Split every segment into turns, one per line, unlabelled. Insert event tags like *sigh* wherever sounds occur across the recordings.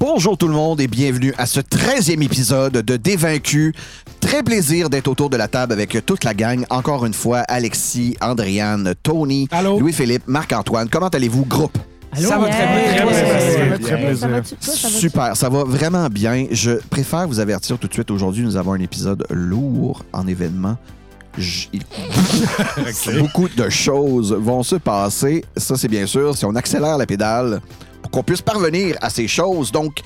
Bonjour tout le monde et bienvenue à ce 13e épisode de Dévaincu. Très plaisir d'être autour de la table avec toute la gang. Encore une fois, Alexis, Andréane, Tony,
Allô?
Louis-Philippe, Marc-Antoine. Comment allez-vous, groupe?
Ça va très bien, très bien, merci.
Ça va
très
bien.
plaisir.
Ça va-tu- toi, ça va-tu?
Super, ça va vraiment bien. Je préfère vous avertir tout de suite. Aujourd'hui, nous avons un épisode lourd en événements. J- il- Beaucoup de choses vont se passer. Ça, c'est bien sûr si on accélère la pédale pour qu'on puisse parvenir à ces choses. Donc,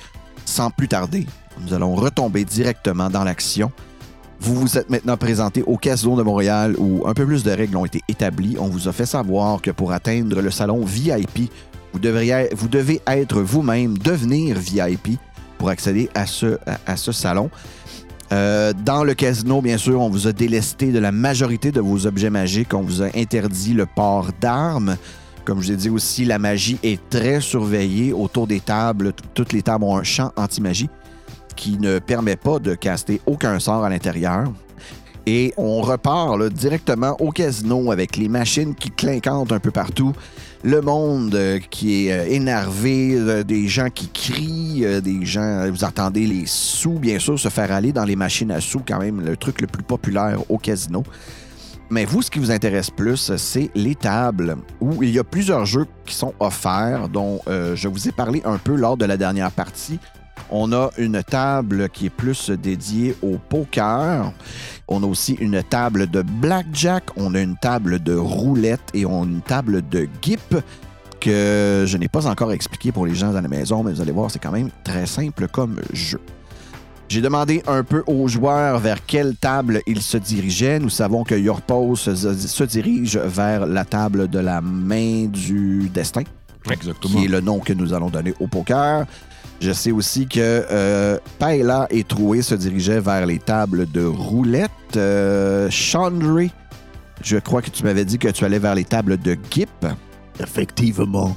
sans plus tarder, nous allons retomber directement dans l'action. Vous vous êtes maintenant présenté au Casino de Montréal où un peu plus de règles ont été établies. On vous a fait savoir que pour atteindre le salon VIP, vous, devriez, vous devez être vous-même, devenir VIP pour accéder à ce, à, à ce salon. Euh, dans le casino, bien sûr, on vous a délesté de la majorité de vos objets magiques. On vous a interdit le port d'armes. Comme je vous ai dit aussi, la magie est très surveillée autour des tables. T- Toutes les tables ont un champ anti-magie qui ne permet pas de caster aucun sort à l'intérieur. Et on repart là, directement au casino avec les machines qui clinquantent un peu partout, le monde euh, qui est euh, énervé, euh, des gens qui crient, euh, des gens, vous entendez les sous, bien sûr, se faire aller dans les machines à sous, quand même le truc le plus populaire au casino. Mais vous, ce qui vous intéresse plus, c'est les tables, où il y a plusieurs jeux qui sont offerts, dont euh, je vous ai parlé un peu lors de la dernière partie. On a une table qui est plus dédiée au poker. On a aussi une table de blackjack. On a une table de roulette et on a une table de guip que je n'ai pas encore expliqué pour les gens dans la maison, mais vous allez voir, c'est quand même très simple comme jeu. J'ai demandé un peu aux joueurs vers quelle table ils se dirigeaient. Nous savons que Yorpos se, se dirige vers la table de la main du destin
Exactement.
qui est le nom que nous allons donner au poker. Je sais aussi que euh, Paella et Troué se dirigeaient vers les tables de roulette. Euh, Chandray, je crois que tu m'avais dit que tu allais vers les tables de Gip. Effectivement.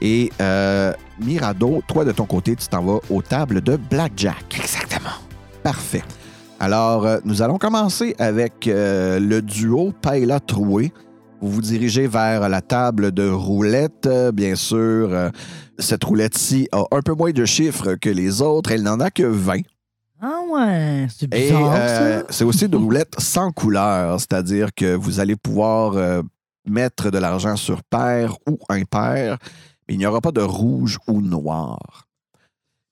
Et euh, Mirado, toi de ton côté, tu t'en vas aux tables de Blackjack. Exactement. Parfait. Alors, euh, nous allons commencer avec euh, le duo Paella-Troué. Vous vous dirigez vers la table de roulette, euh, bien sûr. euh, cette roulette-ci a un peu moins de chiffres que les autres. Elle n'en a que 20.
Ah ouais, c'est
Et
bizarre
euh,
ça.
c'est aussi
*laughs*
une roulette sans couleur, c'est-à-dire que vous allez pouvoir euh, mettre de l'argent sur pair ou impair, mais il n'y aura pas de rouge ou noir.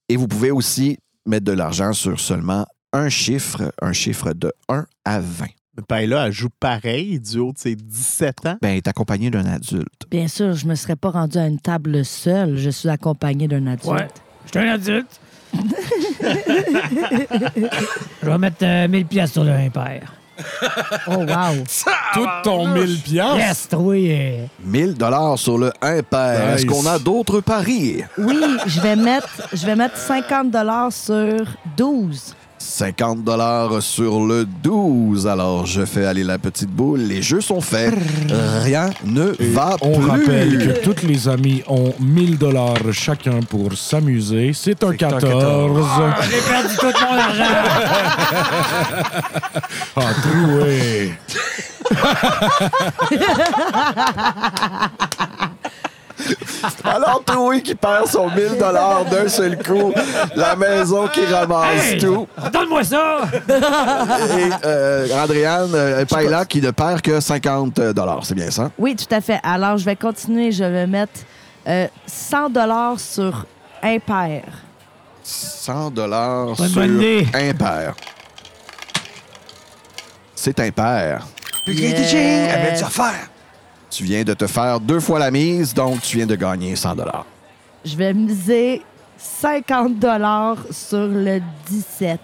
Et vous pouvez aussi mettre de l'argent sur seulement un chiffre, un chiffre de 1 à 20.
Paella, Ben elle joue pareil du haut de ses 17 ans.
Ben, elle est accompagnée d'un adulte.
Bien sûr, je me serais pas rendu à une table seule. Je suis accompagnée d'un adulte.
Ouais. Je suis un adulte. je vais mettre euh, 1000 pièces sur le impair.
Oh
*laughs*
wow.
Tout ton 1000
Oh.
piastres.
Yes, oui. euh,
1000 dollars sur le impair. Est-ce
Nice.
qu'on a d'autres paris?
Oui, je vais mettre, je vais mettre 50 dollars sur 12.
50 dollars sur le 12. Alors, je fais aller la petite boule. Les jeux sont faits. Rien ne
Et
va
on
plus.
rappelle que toutes les amies ont 1000 dollars chacun pour s'amuser. C'est un 14.
Ah, J'ai perdu tout mon argent.
*laughs* Ah, troué.
Alors, Troué qui perd son 1000 dollars d'un seul coup. La maison qui ramasse
Hey!
tout.
Donne-moi ça.
Et euh, Adriane euh, Pailla qui ne perd que 50 dollars. C'est bien ça?
Oui, tout à fait. Alors, je vais continuer. Je vais mettre euh, 100 dollars sur impair.
100 dollars
Bonne
sur
idée.
impair. C'est impair.
Yes.
Elle avait dû faire.
Tu viens de te faire deux fois la mise, donc tu viens de gagner 100 dollars.
Je vais miser 50 dollars sur le 17.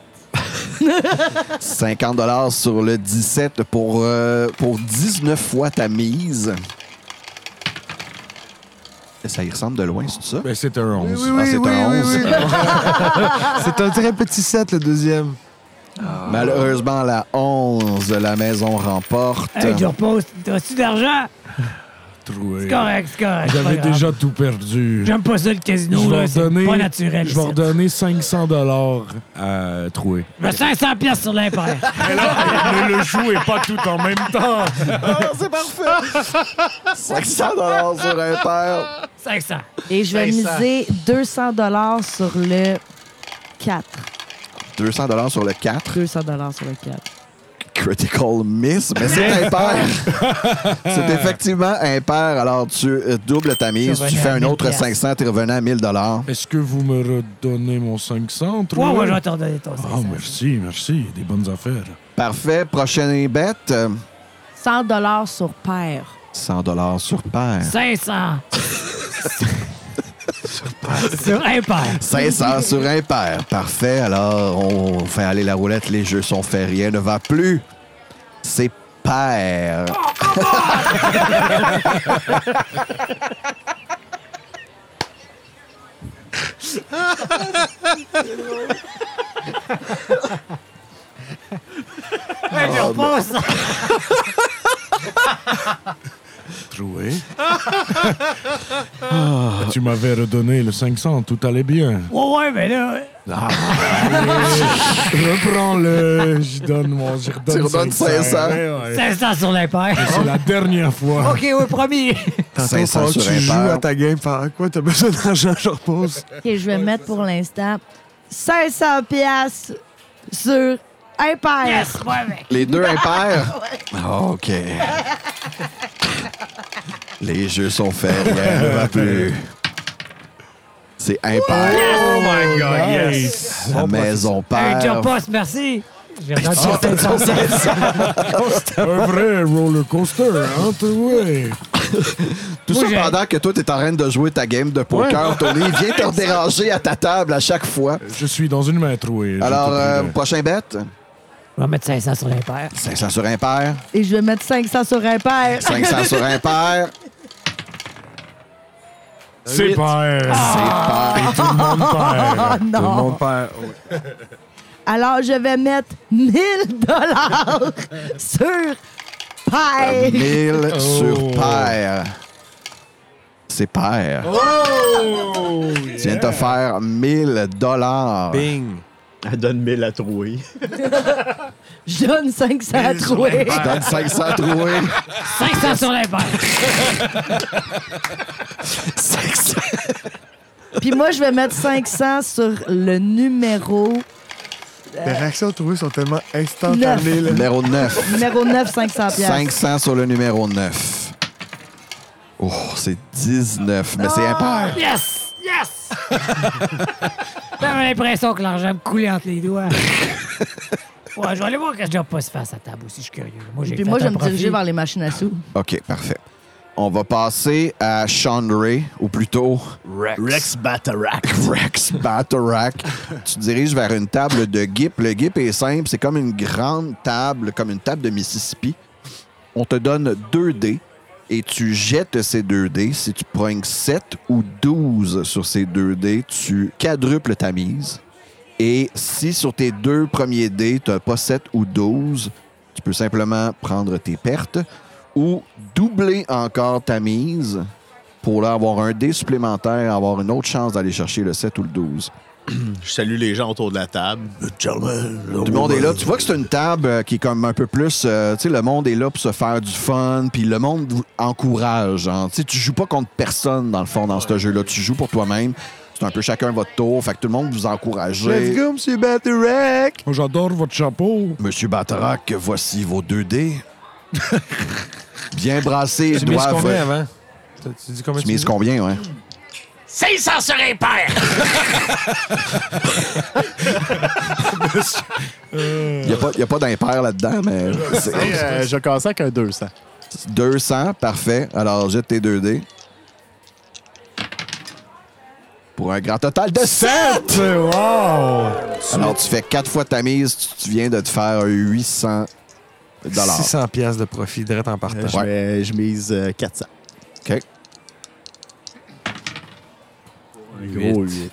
50 dollars sur le 17 pour, euh, pour 19 fois ta mise. Ça y ressemble de loin, c'est ça?
Ben, c'est un 11.
oui, Ah, c'est oui, un oui, onze. oui.
c'est un très petit set, le deuxième.
Malheureusement, la 11, la maison remporte.
Hey, je repose. T'as-tu de l'argent?
Troué.
C'est correct, c'est correct.
Vous
c'est
avez
pas grave.
déjà tout perdu.
J'aime pas ça le
Je
casino,
vais
là. C'est
redonner-
pas naturel.
Je vais
ici.
redonner 500 dollars à Troué.
Je mets 500 pièces sur l'impair. *laughs*
le jeu est pas tout en même temps.
c'est parfait! *laughs* 500 dollars sur impair.
500.
Et je vais miser 200 dollars sur le 4.
200 sur le 4.
200 sur le 4.
Critical miss, mais c'est impair.
*laughs*
c'est effectivement impair. Alors, tu euh, doubles ta mise,
Tu
tu fais un
revenais à
autre
1000
500, tu revenais à 1000
Est-ce que vous me redonnez mon 500?
Ouais,
Trouvel?
ouais, je vais t'en donner ton
Ah,
500.
merci, merci. Des bonnes affaires.
Parfait. Prochaine bête, euh,
100 sur paire.
100 sur pair.
*laughs*
500. Sur
Ah,
impair.
500 sur impair. Parfait. Alors, on fait aller la roulette. Les jeux sont faits. Rien ne va plus. C'est pair.
Ouais, je repose.
Troué. *laughs* Ah, tu m'avais redonné le 500, tout allait bien.
Ouais, ouais, mais là.
Ah,
*laughs* Reprends-le, j'y donne mon... J'y redonne
Tu redonnes 500.
Ouais, ouais.
500 sur l'impair.
*laughs* C'est la dernière fois.
OK, oui, promis.
Tantôt,
500
faut que
sur
tu joues
impair.
à ta game. Par quoi, t'as besoin d'argent, je repose.
Et je vais mettre pour l'instant 500 pièces sur impair.
Yes, ouais, mec.
Les deux impairs? OK. Les jeux sont faits, rien ne va plus. C'est impair.
Oh my God,
yes.
La maison
Hey, je
perd.
repose, merci. J'ai redonné
Oh,
ton 500.
Un vrai roller coaster, hein, Troué?
Tout ça
Moi, j'ai-
pendant que toi, t'es en train de jouer ta game de poker, Tony. Viens te déranger à ta table à chaque fois.
Je suis dans une main trouée. je
Alors,
te
euh,
dirais.
prochain bête.
On va mettre 500 sur l'impair.
500 sur impair.
Et je vais mettre 500 sur impair.
500 sur impair.
c'est
huit.
pas...
C'est pair.
Tout le monde perd.
non.
Tout le monde perd. Oui.
Alors, je vais mettre 1000
*laughs*
dollars sur paire.
1000 sur
Oh.
pair. C'est pair.
Oh!
Tu viens de te faire 1000 dollars.
Bing.
Elle donne 1000 à trouver.
Je donne 500 à trouver.
Tu donnes 500
*laughs*
troués.
500 sur l'impair.
500.
Puis moi, je vais mettre 500 sur le numéro,
Les réactions trouvées sont tellement instantanées. Là.
Numéro 9.
numéro 9, 500 pièces.
500 sur le numéro 9. Oh, c'est 19, mais c'est impair.
Yes! Yes! J'avais l'impression que l'argent me coulait entre les doigts. Ouais, je vais aller voir qu'est-ce que je dois pas se faire sa table aussi, je suis curieux. Moi, j'ai
Puis
fait
moi, je
un
vais me diriger
profit.
vers les machines à sous.
OK, parfait. On va passer à Sean Ray, ou plutôt
Rex Batarack.
Rex Batarack. tu te diriges vers une table de GIP. Le GIP est simple, c'est comme une grande table, comme une table de Mississippi. On te donne 2 dés et tu jettes ces 2 dés. Si tu prends 7 ou 12 sur ces 2 dés, tu quadruples ta mise. Et si sur tes deux premiers dés, tu n'as pas 7 ou 12, tu peux simplement prendre tes pertes ou doubler encore ta mise pour là, avoir un dé supplémentaire, avoir une autre chance d'aller chercher le 7 ou le 12.
Je salue les gens autour de la table.
Tout le monde est là. Tu vois que c'est une table euh, qui est comme un peu plus. euh, tu sais, le monde est là pour se faire du fun, puis le monde vous encourage. hein. Tu sais, tu joues pas contre personne, dans le fond, dans ce jeu-là. Tu joues pour toi-même. C'est un peu chacun votre tour. Fait que tout le monde vous encourage.
Let's go, monsieur Batarack.
Oh, J'adore votre chapeau.
Monsieur Batarac, voici vos deux dés. Bien brassés, ils
Tu mises
doivent.
combien avant? T'as- Tu dis combien
Tu mises combien, ouais?
500 sur l'impair!
Il n'y a pas d'impair là-dedans, mais. c'est-
Euh, je cassais avec un 200.
200, parfait. Alors, jette tes 2 dés. Pour un grand total de 7!
Wow!
Alors, tu fais 4 fois ta mise, tu- tu viens de te faire un 800 dollars.
600 pièces de profit direct en partant.
Euh, je,
Ouais.
mets- je mise euh, 400.
OK.
Gros 8.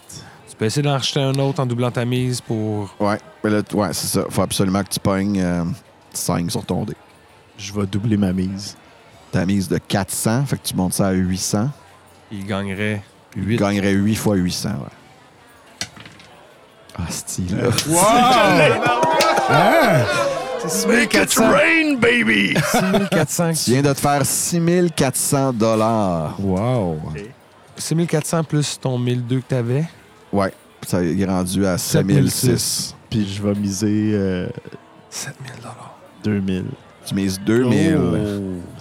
Tu peux essayer d'en rejeter un autre en doublant ta mise pour.
Ouais, mais là, t- ouais, c'est ça. Faut absolument que tu pognes 5 sur ton dé.
Je vais doubler ma mise.
Ta mise de 400, fait que tu montes ça à 800.
Il gagnerait
Tu
8.
gagnerais 8 fois 800, ouais. Ah, style.
Euh,
là.
Make it rain, baby! 6400.
Tu viens de te faire 6400 dollars.
Wow.
6400 plus ton 1002 que t'avais.
Ouais. ça est rendu à
7006.
7006.
Puis je vais miser euh,
7000 dollars.
2000.
Tu mises 2000.
Oh.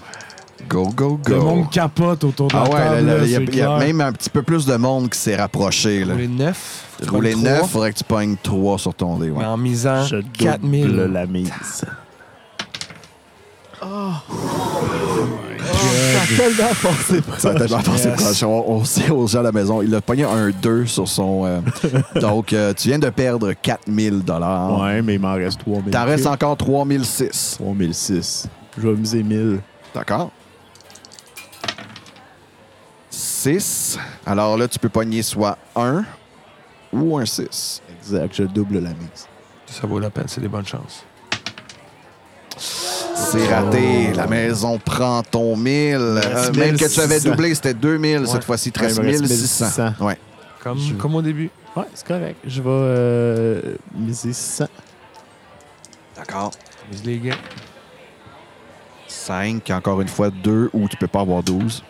Go, go, go.
Oh. Le monde capote autour de la
ah ouais, là,
table.
là,
là,
il y a-
c'est
il y, a
clair.
même un petit peu plus de monde qui s'est rapproché. Là.
Rouler 9.
Rouler 9, faudrait que tu pognes 3 sur ton dé. ouais.
Mais en misant
Je
4000.
double la mise. Tellement passé proche.
Ça a tellement passé
Yes.
proche. On, on sait aux gens à la maison, il a pogné un 2 sur son.
*laughs*
euh, donc, euh, tu viens de perdre 4000 dollars.
Ouais, mais il m'en Ah. reste 3000.
T'en restes encore 3006.
3006. Je vais miser 1000.
D'accord. 6. Alors là, tu peux pogner soit 1 ou un 6.
Exact, je double la mise.
Ça vaut la peine, c'est des bonnes chances.
C'est raté.
Oh.
La maison prend ton 1000. Euh, même que tu avais
1600.
doublé, c'était 2000.
Ouais.
Cette fois-ci,
Ouais, il me reste
13 600. Ouais.
Comme,
Je-
comme au début.
Ouais, c'est correct. Je vais euh, miser 100.
D'accord.
Mise les gains.
5, encore une fois, 2 ou tu peux pas avoir 12.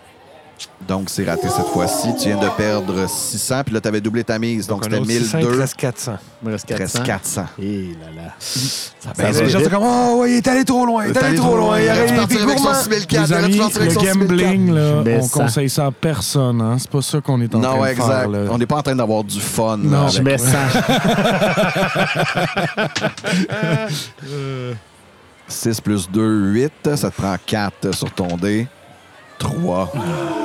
Donc, c'est raté cette fois-ci. Tu viens de perdre 600, puis là, tu avais doublé ta mise. Donc,
un
c'était
autre 600, il
1002,
reste 400.
Il me reste 400.
presque 400.
Eh là là. Ça
Ben,
Ben,
va
les gens
vite.
sont comme, oh, ouais, il est allé trop loin, il est allé trop loin. Il
Il aurait
aurait
dû
été
partir avec son
gourmand.
6004.
Les
Il aurait
amis,
dû partir avec
le
son 6004.
gambling, là,
Mais
on
ça-
conseille ça à personne. Hein? C'est pas ça qu'on est en train
Non,
de
exact.
faire. là.
On n'est pas en train d'avoir du fun. là,
Non.
avec-
Je mets 100.
Euh,
6 plus 2, 8. Ça te prend 4 sur ton dé. 3.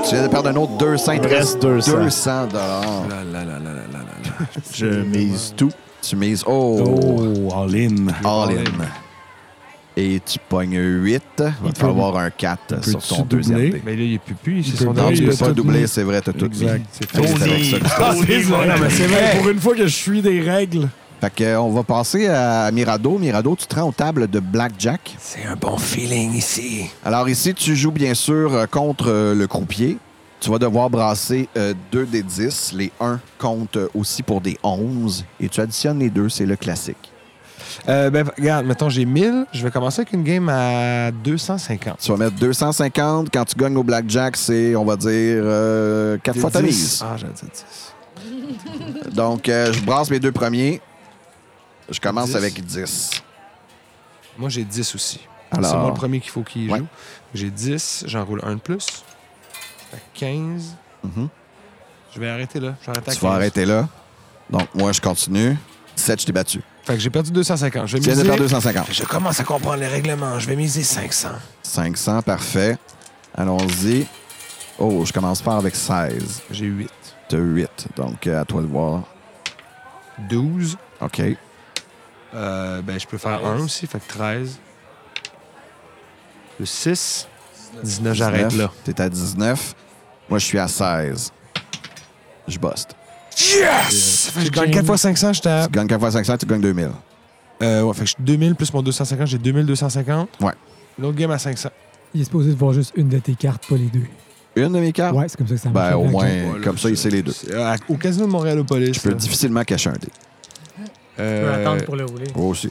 Tu viens de perdre un autre 200. Il te reste
200.
200 dollars.
Là, là, là, là, là, là, là.
Je mise tout.
Tu mises oh,
Oh, all-in.
all in. Et tu pognes 8. Il va te
peut-
falloir un 4 sur
Peux-tu
ton deuxième
doubler?
dé.
Mais là, il est plus plus, c'est
peut
son
pas,
Non,
il
tu
a
peux pas
tout
doubler,
mis.
c'est vrai, t'as tout mis.
Exact.
C'est
Fait que c'est avec ça que tu-
Ah, c'est vrai. Non, mais c'est vrai. Pour une fois que je suis des
*laughs*
règles.
Fait que, euh, on va passer à Mirado. Mirado, tu te rends aux tables de Blackjack.
C'est un bon feeling ici.
Alors ici, tu joues bien sûr euh, contre euh, le croupier. Tu vas devoir brasser 2 des 10. Les 1 comptent euh, aussi pour des 11. Et tu additionnes les deux, c'est le classique.
Euh, ben, regarde, mettons, j'ai 1000. Je vais commencer avec une game à 250.
Tu vas mettre 250. Quand tu gagnes au blackjack, c'est, on va dire, 4
Des
fois ta
10.
mise.
Ah, j'allais dire 10. Ah.
Donc, euh, je brasse mes deux premiers. Je commence
10.
avec 10.
Moi, j'ai 10 aussi.
Alors-
C'est moi le premier qu'il faut qu'il joue.
Ouais.
J'ai 10, j'en roule un de plus. Fait que 15.
Mhm.
Je vais arrêter là. J'arrête à
Tu
15.
vas arrêter là. Donc, moi, je continue. 7, je t'ai battu.
Fait que j'ai perdu 250. Je vais
Tu viens de
miser-
perdre 250.
Je commence à comprendre les règlements. Je vais miser 500.
500, parfait. Allons-y. Oh, je commence par avec 16.
J'ai 8.
T'as 8, donc euh, à toi de voir.
12.
OK.
Euh, ben, je peux faire 1 aussi. Fait que 13. Le 6. 19, j'arrête
19.
là.
T'es à 19. Moi, je suis à 16. Je buste. Ah,
Yes! Fait que je gagne 4 fois 500, j'étais à
Tu gagnes 4 fois 500, tu gagnes 2000.
Euh, ouais, fait que je suis 2000 plus mon 250, j'ai 2250.
Ouais.
L'autre game à 500.
Il est supposé de voir juste une de tes cartes, pas les deux.
Une de mes cartes?
Ouais, c'est comme ça que ça marche.
Ben, au
avec
moins,
Blackjack.
Voilà,
comme ça, il sait les deux.
C'est, euh, au casino de Montréalopolis.
Je peux
là.
difficilement cacher un dé.
Je peux
Euh,
attendre pour le rouler.
Moi aussi.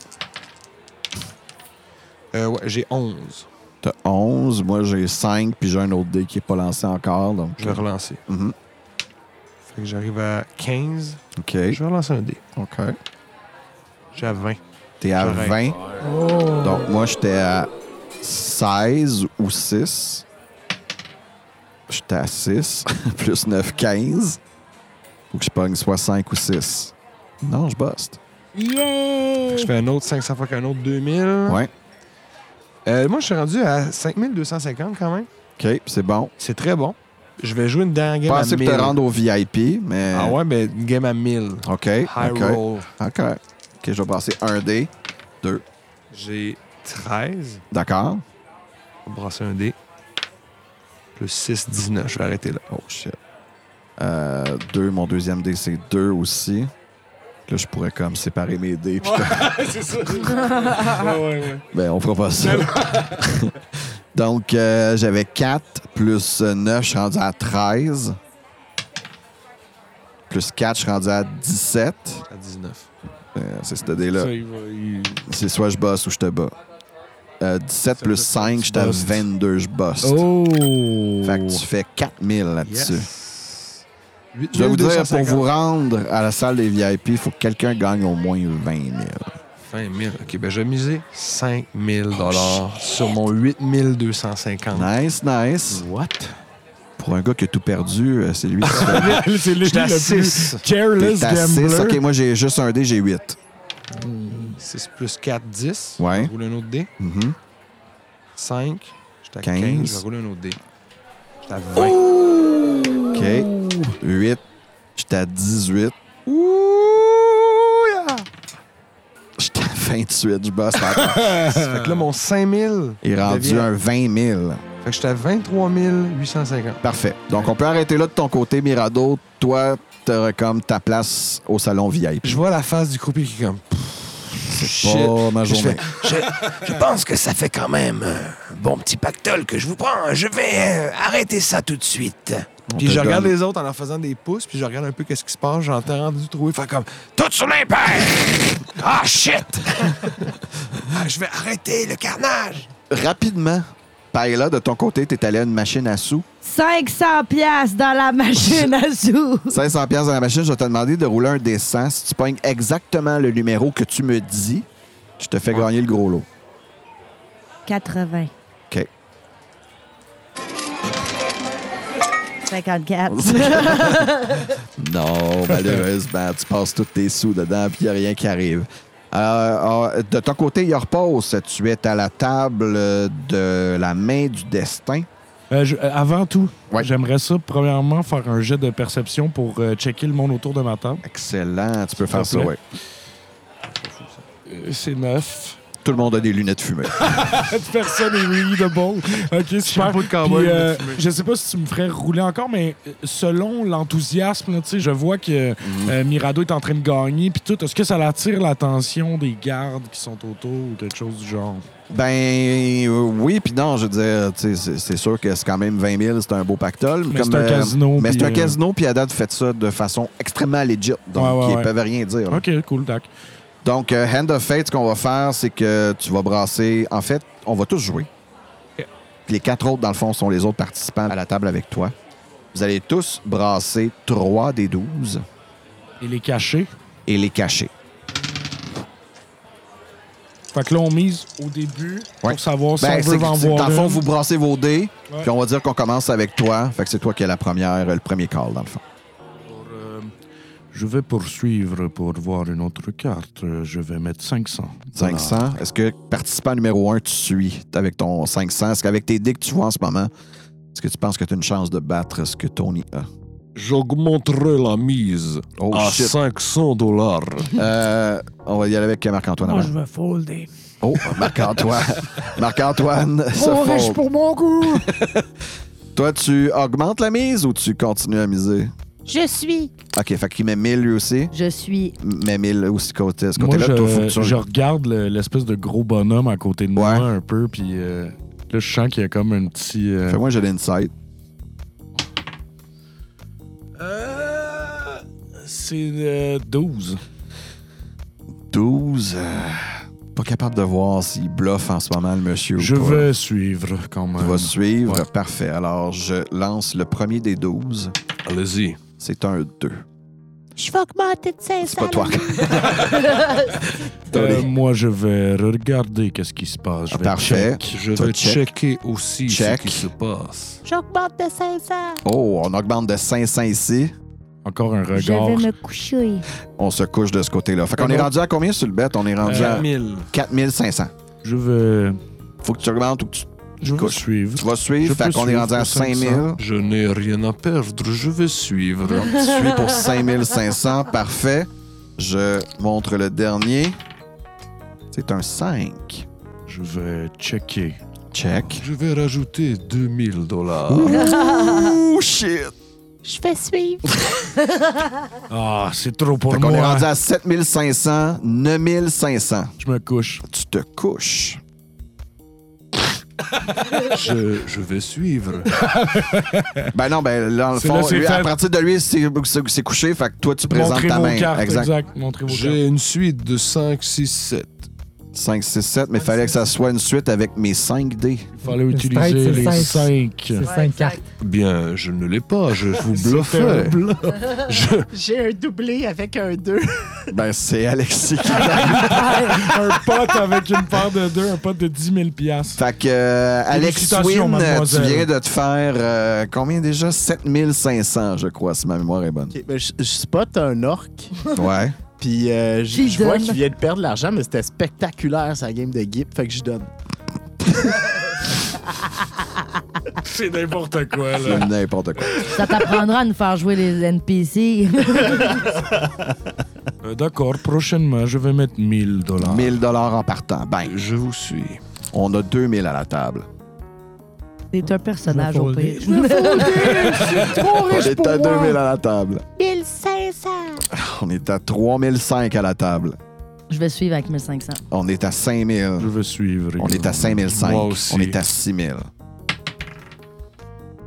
euh, ouais, j'ai 11.
T'as 11, moi j'ai 5, puis j'ai un autre dé qui n'est pas lancé encore. Donc,
Je vais relancer.
Mhm.
Fait que j'arrive à 15.
OK.
Je vais relancer un dé.
OK.
J'ai à 20.
T'es à
J'arrête.
20.
Oh.
Donc, moi, j'étais à 16 ou 6. J'étais à 6, *laughs* plus 9, 15. Faut que je pogne soit 5 ou 6. Non, je buste.
Fait que je fais un autre 500 fois qu'un autre 2000.
Ouais.
Euh, moi, je suis rendu à 5250 quand même.
OK, c'est bon.
C'est très bon. Je vais jouer une dernière game
Pas
à
assez
1000.
pour te rendre au VIP, mais.
Ah ouais, mais une game à 1000.
OK.
High
OK.
roll.
OK. OK, je vais passer un dé.
J'ai 13.
D'accord.
On va brasser un dé. Plus 6, 19. Je vais arrêter là.
Oh, shit. Euh, deux, mon deuxième dé, c'est 2 aussi. Là, je pourrais comme séparer mes dés. puis
c'est ça. ouais, ouais, ouais.
Ben, on fera pas ça. *laughs* Donc, euh, j'avais 4 plus 9, je suis rendu à 13. Plus 4, je suis rendu à 17.
À 19.
Euh, c'est ce dé-là.
Ça, il va- il- *laughs*
C'est soit je bosse ou je te bats. Euh, 17 plus 5, je suis à 22, je bosse.
Oh!
Fait que tu fais 4000 là-dessus.
Yes.
Je vais vous dire, pour vous rendre à la salle des VIP, il faut que quelqu'un gagne au moins 20 000.
5 000. OK, ben j'ai misé 5 000 sur mon 8 250.
Nice, nice.
What?
Pour un gars qui a tout perdu, euh, c'est lui qui
*laughs*
se fait.
C'est lui
J'étais à
le plus
6.
careless
T'es à 6.
gambler.
OK, moi, j'ai juste un dé, j'ai 8.
6 plus 4, 10.
Ouais.
Je roule un autre dé.
Mhm.
5. J'étais à 15.
Quinze.
Je roule un autre dé. J'étais à 20.
OK. 8. J'étais à 18.
Ouh, yeah!
J'étais à 28. Je bosse encore.
Fait que là, mon 5 000
Il est rendu
devient-
un 20 000.
Fait que j'étais à 23 850.
Parfait. Donc, on peut arrêter là de ton côté, Mirado. Toi, t'auras comme ta place au salon VIP.
Je vois la face du croupier qui est comme... Shit.
Pas ma
Puis je
journée.
fais, je, je pense que ça fait quand même un bon petit pactole que je vous prends. Je vais euh, arrêter ça tout de suite.
On
Puis
te
je regarde
donne-
les autres en leur faisant des pouces, puis je regarde un peu qu'est-ce qui se passe. J'entends entendu trouver faire comme Tout sur l'impair!
*laughs*
Ah shit! *laughs* Ah, je vais arrêter le carnage!
Rapidement, Paella, de ton côté, t'es allé à une machine à sous.
500 pièces dans la machine à sous.
500 pièces dans la machine, je vais te demander de rouler un dessin. Si tu pognes exactement le numéro que tu me dis, je te fais gagner le gros lot.
80.
OK.
*laughs*
54.
Non, malheureusement, tu passes tous tes sous dedans, puis il n'y a rien qui arrive. Euh, euh, de ton côté, il repose. Tu es à la table euh, de la main du destin.
Euh, je- euh, avant tout,
Ouais.
j'aimerais ça, premièrement, faire un jet de perception pour euh, checker le monde autour de ma table.
Excellent, tu peux faire
S'il
ça,
te
oui.
plaît. Euh, C'est neuf.
Tout le monde a des lunettes fumées.
Personne est readable. OK, super.
Chapeau de cowboy,
Puis, euh,
lunettes fumées.
je sais pas si tu me ferais rouler encore, mais euh, selon l'enthousiasme, là, tu sais, je vois que
Mhm.
euh, Mirado est en train de gagner, puis tout. Est-ce que ça attire l'attention des gardes qui sont autour ou quelque chose du genre?
ben euh, oui, puis non, je veux dire, tu sais, c'est c'est sûr que c'est quand même 20 000, c'est un beau pactole.
Mais c'est un casino,
Mais
puis,
c'est un
euh,
casino, puis à date, vous faites ça de façon extrêmement legit, donc
Ouais, ouais,
ils
ouais.
peuvent rien dire. là.
OK, cool, tac.
Donc, euh, Hand of Fate, ce qu'on va faire, c'est que tu vas brasser. En fait, on va tous jouer. Puis Les quatre autres, dans le fond, sont les autres participants à la table avec toi. Vous allez tous brasser 3 des 12
Et les cacher.
et les cacher.
Fait que là, on mise au début
Ouais.
pour savoir si
Ben,
on
c'est
veut en
c'est- dans
voir
le fond,
une.
vous brassez vos dés,
Ouais.
puis on va dire qu'on commence avec toi. Fait que c'est toi qui as la première, euh, le premier call, dans le fond.
Pour, euh, je vais poursuivre pour voir une autre carte. Euh, Je vais mettre 500.
500. Est-ce que participant numéro 1, tu suis avec ton 500? Est-ce qu'avec tes dés que tu vois en ce moment, est-ce que tu penses que tu as une chance de battre ce que Tony a?
J'augmenterai la mise
Oh, shit.
500 dollars.
Euh, on va y aller avec Marc-Antoine.
Moi,
avant.
je veux folder.
Oh,
*laughs*
Marc-Antoine. Marc-Antoine, se
Oh, riche
fold.
pour mon goût!
Toi, tu augmentes la mise ou tu continues à miser?
je suis.
OK, fait qu'il met 1000 lui aussi.
Je suis.
Met 1000 aussi côté. Ce
Moi,
côté-là, toi, faut que
je,
tu-
je regarde le- l'espèce de gros bonhomme à côté de moi
Ouais.
un peu, puis euh, là, je sens qu'il y a comme un petit... euh,
Fais-moi j'ai l'insight.
euh, C'est euh, 12.
12. euh, pas capable de voir s'il bluffe en ce moment, le monsieur. ou
Je
pas.
vais suivre quand
Tu
même.
vas suivre.
Ouais.
Parfait. Alors, je lance le premier des 12.
Allez-y.
C'est un 2.
Je vais augmenter de 500.
C'est pas toi. *laughs*
Euh, moi, je vais regarder qu'est-ce qui se passe. Je vais
Ah, Parfait.
check.
Je
Toi,
vais
check.
checker aussi
Check.
ce qui se passe.
J'augmente de 500.
Oh, on augmente de 500 ici.
Encore un
Je
regard.
vais me coucher.
On se couche de ce côté-là. Fait qu'on est rendu à combien sur le bet? On est rendu à
Euh,
000.
4500.
Je vais,
Faut que tu augmentes ou que tu,
je vais
Couche.
suivre.
tu vas suivre.
Je peux
Fait qu'on est
suivre
rendu à
pour
5000.
500.
Je n'ai rien à perdre, je vais suivre.
Tu suis pour 5500. Parfait. Je montre le dernier. C'est un 5.
*laughs*
Je vais checker.
Check.
Je vais rajouter 2000 dollars.
Ouh, shit!
Je vais suivre.
Ah, c'est trop pour
Fait qu'on
moi.
est rendu à 7500, 9500.
Je me couche.
Tu te couches.
Je, je vais suivre.
Ben non, ben là, dans le
C'est
fond,
là, c'est
lui, à
fait.
partir de lui, c'est c'est- c'est couché. Fait que toi, tu présentes
Montrez
ta
vos
main.
cartes,
exact.
Montrez vos cartes.
J'ai une suite de 5, 6, 7.
5, 6, 7, mais il fallait que ça soit une suite avec mes 5 dés.
Il fallait
Le strike,
utiliser
c'est
les
cinq.
5.
C'est
Ouais,
cinq
exact.
cartes.
Bien, je ne l'ai pas, je vous bluffe.
*laughs*
J'ai un doublé avec un 2.
Ben, c'est Alexis qui
un pote avec une paire de deux, un pote de 10 000 piastres.
*laughs* Fait que, euh, Alex
Félicitations,
Wynn, euh, tu
mademoiselle.
viens de te faire euh, combien déjà? 7500, je crois, si ma mémoire est bonne.
ben, je, je spot un orc,
Ouais.
puis euh, je
J'y
je vois
donne.
qu'il vient de perdre de l'argent, mais c'était spectaculaire sa game de Gip, fait que je donne.
*laughs* C'est n'importe quoi,
C'est
là.
n'importe quoi.
Ça t'apprendra à nous faire jouer
*laughs*
les NPC.
Euh, D'accord, prochainement, je vais mettre 1000 dollars.
1000 dollars en partant. Ben,
Je vous suis.
on a 2000 à la table.
T'es un personnage au
folder.
pire.
On est à 2000 à la table. 1500. On est à 3005 à la table.
*laughs* Je vais suivre avec 1500.
On est à 5000.
Je vais suivre.
On est à 5005.
Moi aussi.
On est à 6000.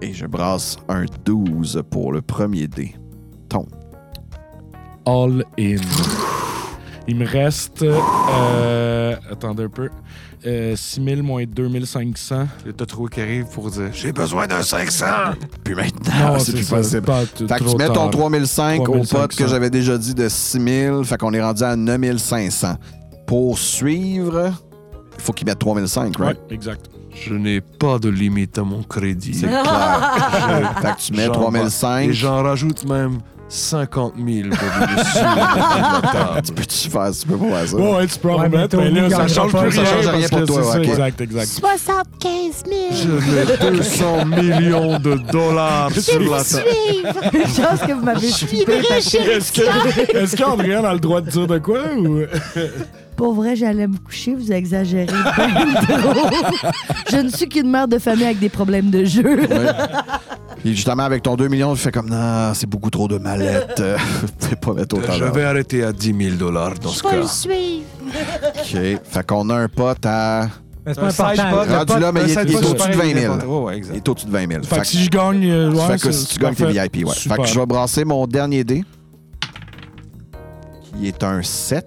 Et je brasse un 12 pour le premier dé.
All in. Il me reste. euh, attendez un peu. Euh, 6 000 moins 2500.
hein? T'as trouvé qui arrive pour dire J'ai besoin d'un 500.
Puis maintenant, Ah, c'est plus
ça,
possible.
pas t-
Fait que
trop
tu mets ton
tard.
3005 au pote
3500.
que j'avais déjà dit de 6000. Fait qu'on est rendu à 9500. Pour suivre, il faut qu'il mette 3005, right?
Ouais, exact.
Je n'ai pas de limite à mon crédit.
C'est
*laughs*
clair. fait que tu mets
J'en- Et
3005.
j'en rajoute même 50 000 pour vous le suivre à la table.
Peux-tu faire, tu peux pas faire ça?
Ouais, ouais, tu peux en
Ouais, mais
remettre, mais
Tony
là, ça
gagnera
change
pas.
plus
Ça
rien.
change rien
parce
pour
que
toi,
c'est ça,
ok.
Exact, exact.
75 000.
Je mets 200 millions de dollars sur
*laughs*
la table.
Suivre.
Une chose que vous m'avez skippé. parce que
Est-ce que- *laughs* est-ce qu'Andréane a le droit de dire de quoi ou.
Pour vrai, j'allais me coucher, vous exagérez
*laughs*
ben trop. Je ne suis qu'une mère de famille avec des problèmes de jeu.
Ouais. Puis justement, avec ton 2 millions, tu fais comme, non, c'est beaucoup trop de
*laughs*
mallettes. Euh, Tu peux pas mettre autant
Je
d'argent.
vais arrêter à 10 000 dollars dans ce
Je vais le
cas.
suivre.
OK. Fait qu'on a un pote à.
Ben,
Mais c'est pas important.
bot.
là.
Rendu là, mais il est- il est au-dessus de 20 000.
Ouais, exact.
Il est au-dessus de 20 000.
Fait que si je gagne. euh, ouais,
fait que
c'est-
si tu
c'est
gagnes tes
parfait.
VIP, ouais.
Super.
Fait que je vais brasser mon dernier dé, qui est un 7.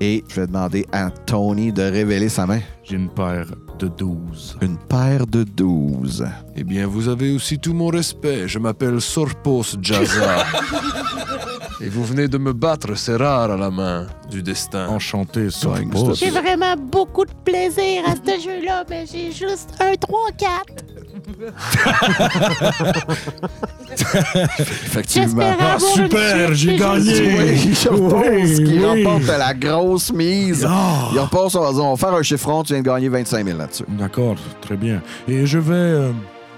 Et je vais demander à Tony de révéler sa main.
J'ai une paire de 12.
Une paire de 12.
Eh bien, vous avez aussi tout mon respect. Je m'appelle Sorpos
*laughs*
Jaza. Et vous venez de me battre, c'est rare à la main du destin.
Enchanté, sur
Swing,
boss.
s'il
J'ai
te plaît.
vraiment beaucoup de plaisir à ce jeu-là, mais j'ai juste un 3-4.
Effectivement.
J'espère avoir une
Ah, super,
suite,
j'ai
mais je
gagné.
suis-
Oui, je pense
Oui,
qu'il
oui.
remporte la grosse mise.
Ah!
Il repasse, on va dire, on va faire un chiffron, tu viens de gagner 25 000 là-dessus.
D'accord, très bien. Et je vais euh,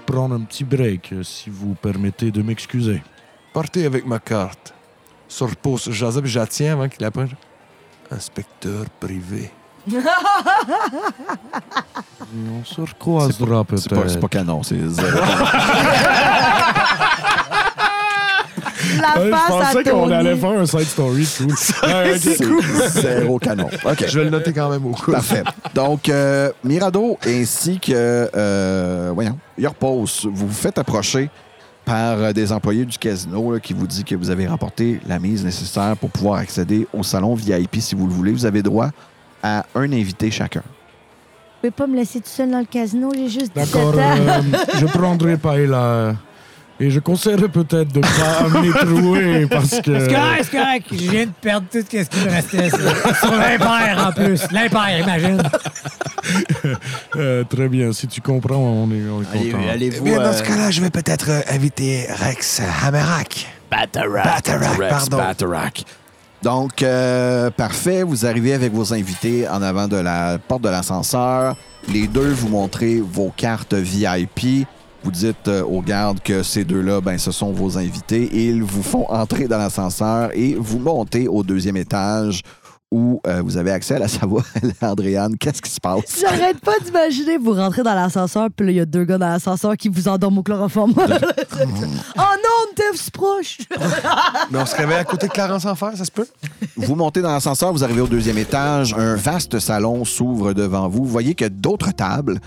prendre un petit break, euh, si vous permettez de m'excuser.
Partez avec ma carte. Sorpos Jaza, puis je la tiens avant qu'il la prenne. Inspecteur privé.
Et on se recroisera
C'est pas, c'est
peut-être.
pas canon, c'est zéro.
La
Euh, je
face à
pensais qu'on
Tony.
allait faire un side story,
*laughs*
tout. Ouais, ok.
C'est zéro canon. OK.
Je vais le noter quand même au coup.
Parfait. Donc, euh, Mirado ainsi que, euh, voyons, Yorpos, vous vous faites approcher par euh, des employés du casino là, qui vous dit que vous avez remporté la mise nécessaire pour pouvoir accéder au salon VIP si vous le voulez. Vous avez droit à un invité chacun.
Vous pouvez pas me laisser tout seul dans le casino, j'ai juste 17 ans.
D'accord, euh, *laughs* je prendrai Paella. euh, Et je conseillerais peut-être de pas *laughs* amener troué parce
C'est
que.
correct, c'est correct. Je viens de perdre tout ce qui me restait ça. sur l'impair en plus. L'impair, imagine.
Euh, très bien, si tu comprends, on est, on est
Allez,
content.
Eh
allez-vous.
bien, dans
euh,
ce cas-là, je vais peut-être euh, inviter Rex Hammerack. Batarack, pardon.
Donc, euh, parfait, vous arrivez avec vos invités en avant de la porte de l'ascenseur. Les deux, vous montrez vos cartes VIP. Vous dites euh, aux gardes que ces deux-là, ben, ce sont vos invités. Ils vous font entrer dans l'ascenseur et vous montez au deuxième étage où euh, vous avez accès à la savoir, *laughs* Andréane, qu'est-ce qui se passe?
*laughs* J'arrête pas d'imaginer vous rentrez dans l'ascenseur, puis là, il y a deux gars dans l'ascenseur qui vous endorment au chloroforme.
*laughs*
oh non, on était si proche!
Mais on se réveille à côté de Clarence Enfer, ça se peut?
*laughs* Vous montez dans l'ascenseur, vous arrivez au deuxième étage, un vaste salon s'ouvre devant vous. Vous voyez qu'il y a d'autres tables,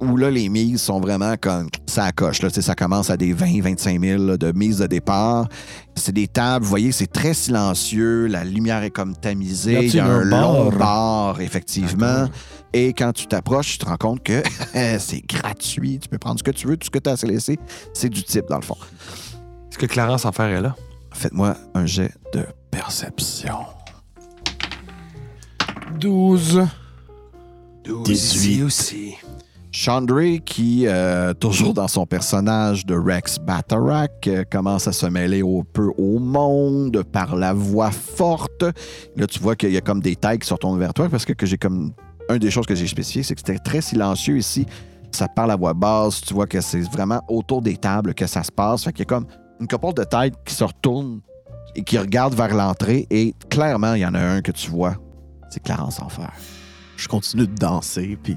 où là, les mises sont vraiment comme ça coche. Là, Tu sais, ça commence à des 20, 25 000 là, de mises de départ. C'est des tables, vous voyez, c'est très silencieux. La lumière est comme
Y
tamisée.
a-t-il
Il y a
un
un long
bar?
bar, effectivement. Et quand tu t'approches, tu te rends compte que *laughs* c'est gratuit. Tu peux prendre ce que tu veux, tout ce que tu as à laisser. C'est du type, dans le fond.
Est-ce que Clarence Enfer est là?
Faites-moi un jet de perception.
12.
18.
aussi.
Chandray, qui, euh, toujours dans son personnage de Rex Batterack, euh, commence à se mêler au peu au monde par la voix forte. Là, tu vois qu'il y a comme des tailles qui se retournent vers toi parce que, que j'ai comme. Une des choses que j'ai spécifié, c'est que c'était très silencieux ici. Ça parle à voix basse. Tu vois que c'est vraiment autour des tables que ça se passe. Fait qu'il y a comme une couple de têtes qui se retournent et qui regardent vers l'entrée. Et clairement, il y en a un que tu vois. C'est Clarence Enfer.
Je continue de danser, puis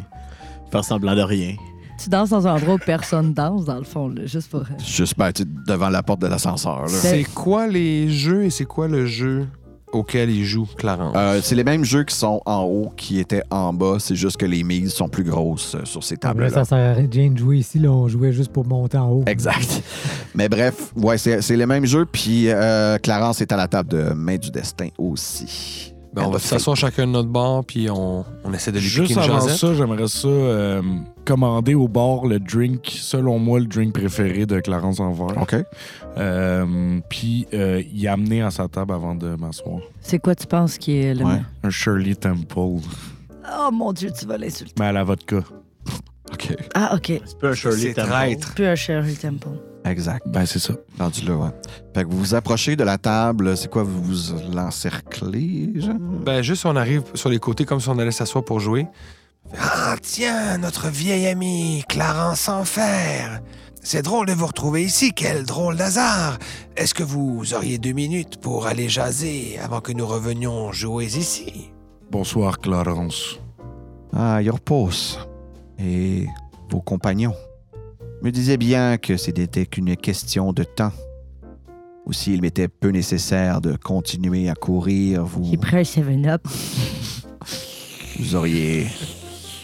faire semblant de rien.
Tu danses dans un endroit où personne danse, dans le fond, là, juste pour. euh,
Juste ben, tu sais, devant la porte de l'ascenseur. là.
C'est quoi les jeux et c'est quoi le jeu auquel il joue Clarence?
Euh, c'est les mêmes jeux qui sont en haut qui étaient en bas, c'est juste que les mises sont plus grosses euh, sur ces
Ah, mais là, ça
tables-là.
sert à rien de jouer ici. Là, on jouait juste pour monter en haut.
Exact. Mais bref, ouais, c'est c'est les mêmes jeux. Puis euh, Clarence est à la table de Main du Destin aussi.
Ben, on va s'asseoir chacun de notre bord, puis on, on essaie de lui
Juste
piquer une
avant
jasette.
ça, j'aimerais ça euh, commander au bar le drink, selon moi, le drink préféré de Clarence Envers.
OK.
Euh, Puis euh, y amener à sa table avant de m'asseoir.
C'est quoi tu penses qui est le.
Ouais.
Un Shirley Temple,
Oh mon Dieu, tu vas l'insulter.
mais à la vodka.
OK.
Ah, OK.
C'est pas un
C'est traître.
Plus un Shirley Temple.
Exact.
Ben, c'est ça.
Rendu là, ouais. Fait que vous vous approchez de la table. C'est quoi, vous vous l'encerclez, genre?
Ben, juste on arrive sur les côtés comme si on allait s'asseoir pour jouer. Ah, tiens, notre vieil ami, Clarence Enfer. C'est drôle de vous retrouver ici, quel drôle d'hasard. Est-ce que vous auriez deux minutes pour aller jaser avant que nous revenions jouer ici?
Bonsoir, Clarence.
Ah, il repose. Et vos compagnons me disaient bien que ce n'était qu'une question de temps. Aussi, il m'était peu nécessaire de continuer à courir. Vous,
J'ai pris un 7-up.
vous auriez.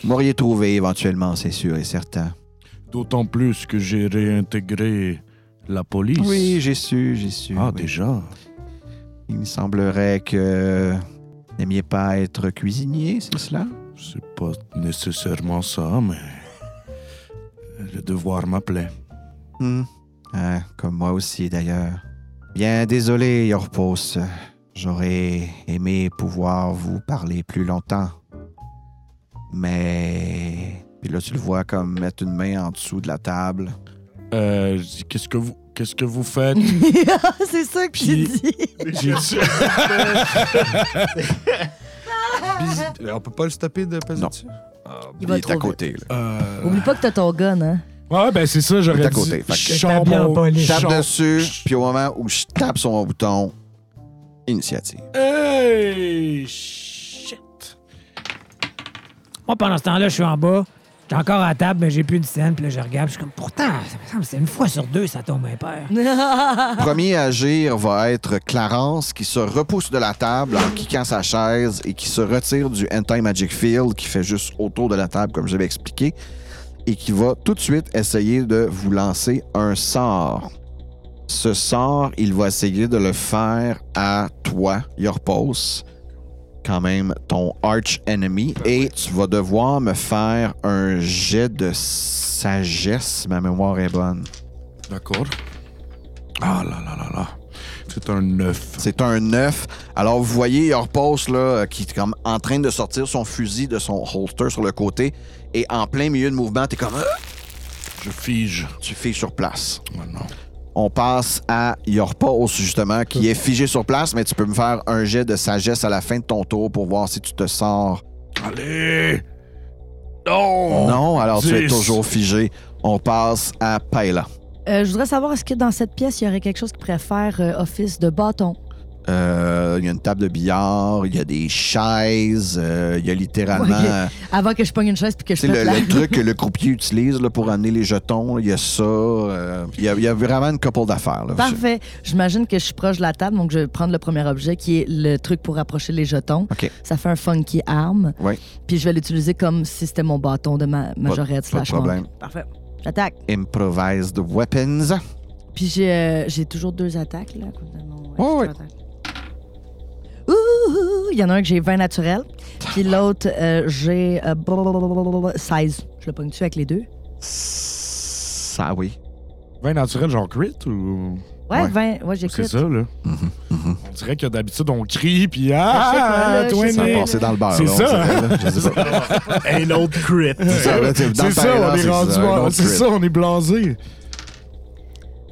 Vous m'auriez trouvé éventuellement, c'est sûr et certain.
D'autant plus que j'ai réintégré la police.
Oui, j'ai su, j'ai su.
Ah,
oui.
déjà.
Il me semblerait que vous n'aimiez pas être cuisinier, c'est cela?
C'est pas nécessairement ça, mais. Le devoir m'appelait.
Hmm. Ah, comme moi aussi, d'ailleurs. Bien désolé, Yorpos. J'aurais aimé pouvoir vous parler plus longtemps. Mais... Puis là, tu le vois comme mettre une main en dessous de la table.
Euh, je dis, qu'est-ce que vous. Qu'est-ce que
*laughs*
vous faites?
*laughs* c'est ça que
Puis-
j'ai dit.
J'ai dit-
Euh, On peut pas le stopper de
Non.
dessus?
Il va trop vite.
côté, là.
Euh,
Oublie pas que t'as ton gun, *laughs* hein.
Ouais, ben c'est ça,
Il est
j'aurais
à
dit.
côté, fait que-
je sors
T'as bien
mon-
pas les
Je
je
tape
sors-
dessus, puis au moment où je tape sur mon bouton, initiative.
Hey! Shit!
Moi, pendant ce temps-là, je suis en bas. J'ai encore à la table, mais j'ai plus une scène. Puis là, je regarde. puis Je suis comme, pourtant, ça me semble que c'est une fois sur deux, ça tombe impair.
*laughs* Premier à agir va être Clarence qui se repousse de la table en kickant sa chaise et qui se retire du Anti Magic Field qui fait juste autour de la table comme je l'avais expliqué et qui va tout de suite essayer de vous lancer un sort. Ce sort, il va essayer de le faire à toi, Yorpos, quand même ton arch enemy, et tu vas devoir me faire un jet de sagesse, ma mémoire est bonne.
D'accord. Ah là là là là. C'est un 9.
C'est un 9. Alors, vous voyez, il repose, là, euh, qui est comme en train de sortir son fusil de son holster sur le côté. Et en plein milieu de mouvement, t'es comme... Ah!
Je fige.
Tu fiches sur place.
Oh non.
On passe à Yorpos, justement, qui est figé sur place, mais tu peux me faire un jet de sagesse à la fin de ton tour pour voir si tu te sors.
Allez! Non!
non, alors tu es
Oh, dix.
toujours figé. On passe à Paila.
Euh, je voudrais savoir, est-ce que dans cette pièce, il y aurait quelque chose qui pourrait faire euh, office de bâton?
Euh, euh, il y a une table de billard, il y a des chaises, euh, il y a littéralement
Ouais,
euh,
Avant que je pogne une chaise puis que
tu sais,
je
le,
pète la...
le truc que le croupier utilise là, pour amener les jetons. Il y a ça. euh, il, y a, il y a vraiment une couple d'affaires. là.
*laughs* Parfait. J'imagine que je suis proche de la table, donc je vais prendre le premier objet qui est le truc pour rapprocher les jetons.
OK.
Ça fait un funky arme.
Ouais.
Puis je vais l'utiliser comme si c'était mon bâton de ma majorette
pas de
slash mon-
problème.
Parfait. J'attaque.
Improvised weapons.
Puis j'ai euh, j'ai toujours deux attaques, là. à cause de mon extra
ouais.
attaque. Ouh, Il y en a un que j'ai 20 naturels. Puis l'autre, euh, j'ai euh, blablabla, 16. Je le pogne-tu avec les deux?
Ça, oui.
20 naturel, genre crit ou.
Ouais,
Ouais.
20. Ouais, j'ai
C'est
crit.
ça, là. On dirait que d'habitude, on crie, puis ah,
Je sais pas, là, je sais
Ça a
Mais-
20.
passé dans le bar.
C'est
là, on
ça, hein?
dirait, là. Je sais pas.
*laughs*
Un autre crit.
Ça, là, t'es- dans
C'est
le
ça,
terrain,
on est
c'est
rendu.
ça, un
à-
autre
C'est
crit.
ça, on est blasé.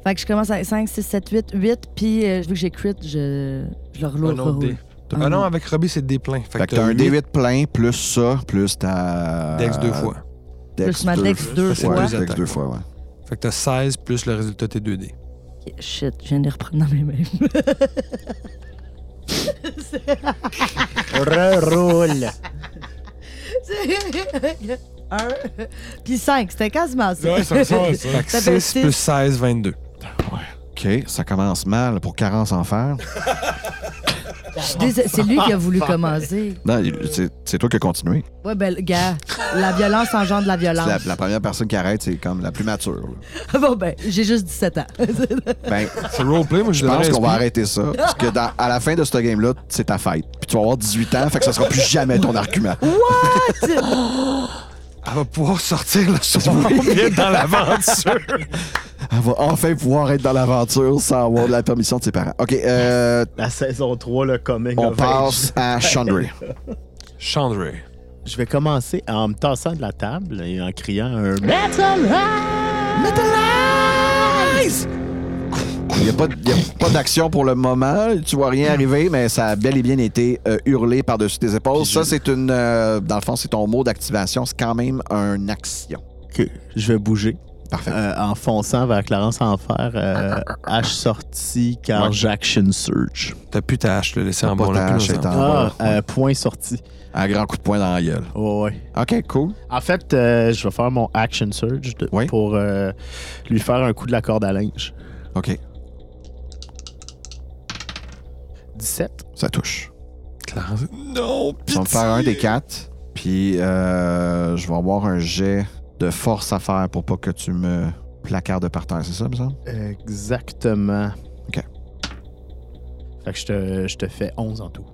Fait que je commence avec 5, 6, 7, 8, 8. Puis euh, vu que j'ai crit, je, je le reloue.
Un autre dé.
Un
Ah non,
autre.
avec Robbie, c'est des pleins. Fait,
Fait que t'as un D8 plein, plus ça, plus ta.
Dex deux fois.
Plus ma Dex deux
Ouais,
fois.
Dex deux fois, ouais.
Fait que t'as 16 plus le résultat de tes 2 dés.
Ok, Shit, je viens de les reprendre dans mes mains. *laughs*
Reroule.
1. Puis 5, c'était quasiment ça. *laughs*
Ouais, ça, ça, ça.
Fait que
Ça fait
6
six.
plus 16, 22.
OK, ça commence mal pour carence en fer.
Je suis dés- C'est lui qui a voulu commencer.
Non, il- c'est- c'est toi qui as continué.
Ouais, ben, le gars, la violence engendre la
C'est La,
violence.
la première personne qui arrête, c'est comme la plus mature. là.
*laughs* bon, ben, j'ai juste 17 ans. *laughs*
Ben,
C'est roleplay, moi je
je pense
donnerais
qu'on va
SP.
arrêter ça. Parce que dans- à la fin de ce game-là, c'est ta fête. Puis tu vas avoir 18 ans, fait que ça sera plus jamais ton argument.
Elle va pouvoir sortir le soir dans l'aventure.
Elle va enfin pouvoir être dans l'aventure sans avoir la permission de ses parents. OK, euh,
La saison 3, le coming
on
of
passe à Chandray.
Chandray.
age. Je vais commencer en me tassant de la table et en criant un mec.
Il n'y a pas, d- il y a pas d'action pour le moment. Tu vois rien arriver, mais ça a bel et bien été euh, hurlé par-dessus tes épaules. Ça, c'est une. euh, dans le fond, c'est ton mot d'activation. C'est quand même un action.
Ok, Je vais bouger.
Parfait.
Euh, en fonçant vers Clarence Enfer, euh, H sortie, car
Ouais.
j'action surge.
T'as plus ta hache, le laisser en
Pas
bon
ta
là, plus
hache,
longtemps.
elle est en
Ah,
bas.
euh, point sorti.
Un grand coup de poing dans la gueule.
Ouais, ouais.
OK, cool.
En fait, euh, je vais faire mon action surge de-
Oui.
pour euh, lui faire un coup de la corde à linge.
OK,
17.
ça touche.
Clarence. Non,
Je vais me faire un des quatre, puis euh, je vais avoir un jet de force à faire pour pas que tu me placardes par terre. C'est ça, me semble?
Exactement.
Ok.
Fait que je te, je te fais 11 en tout.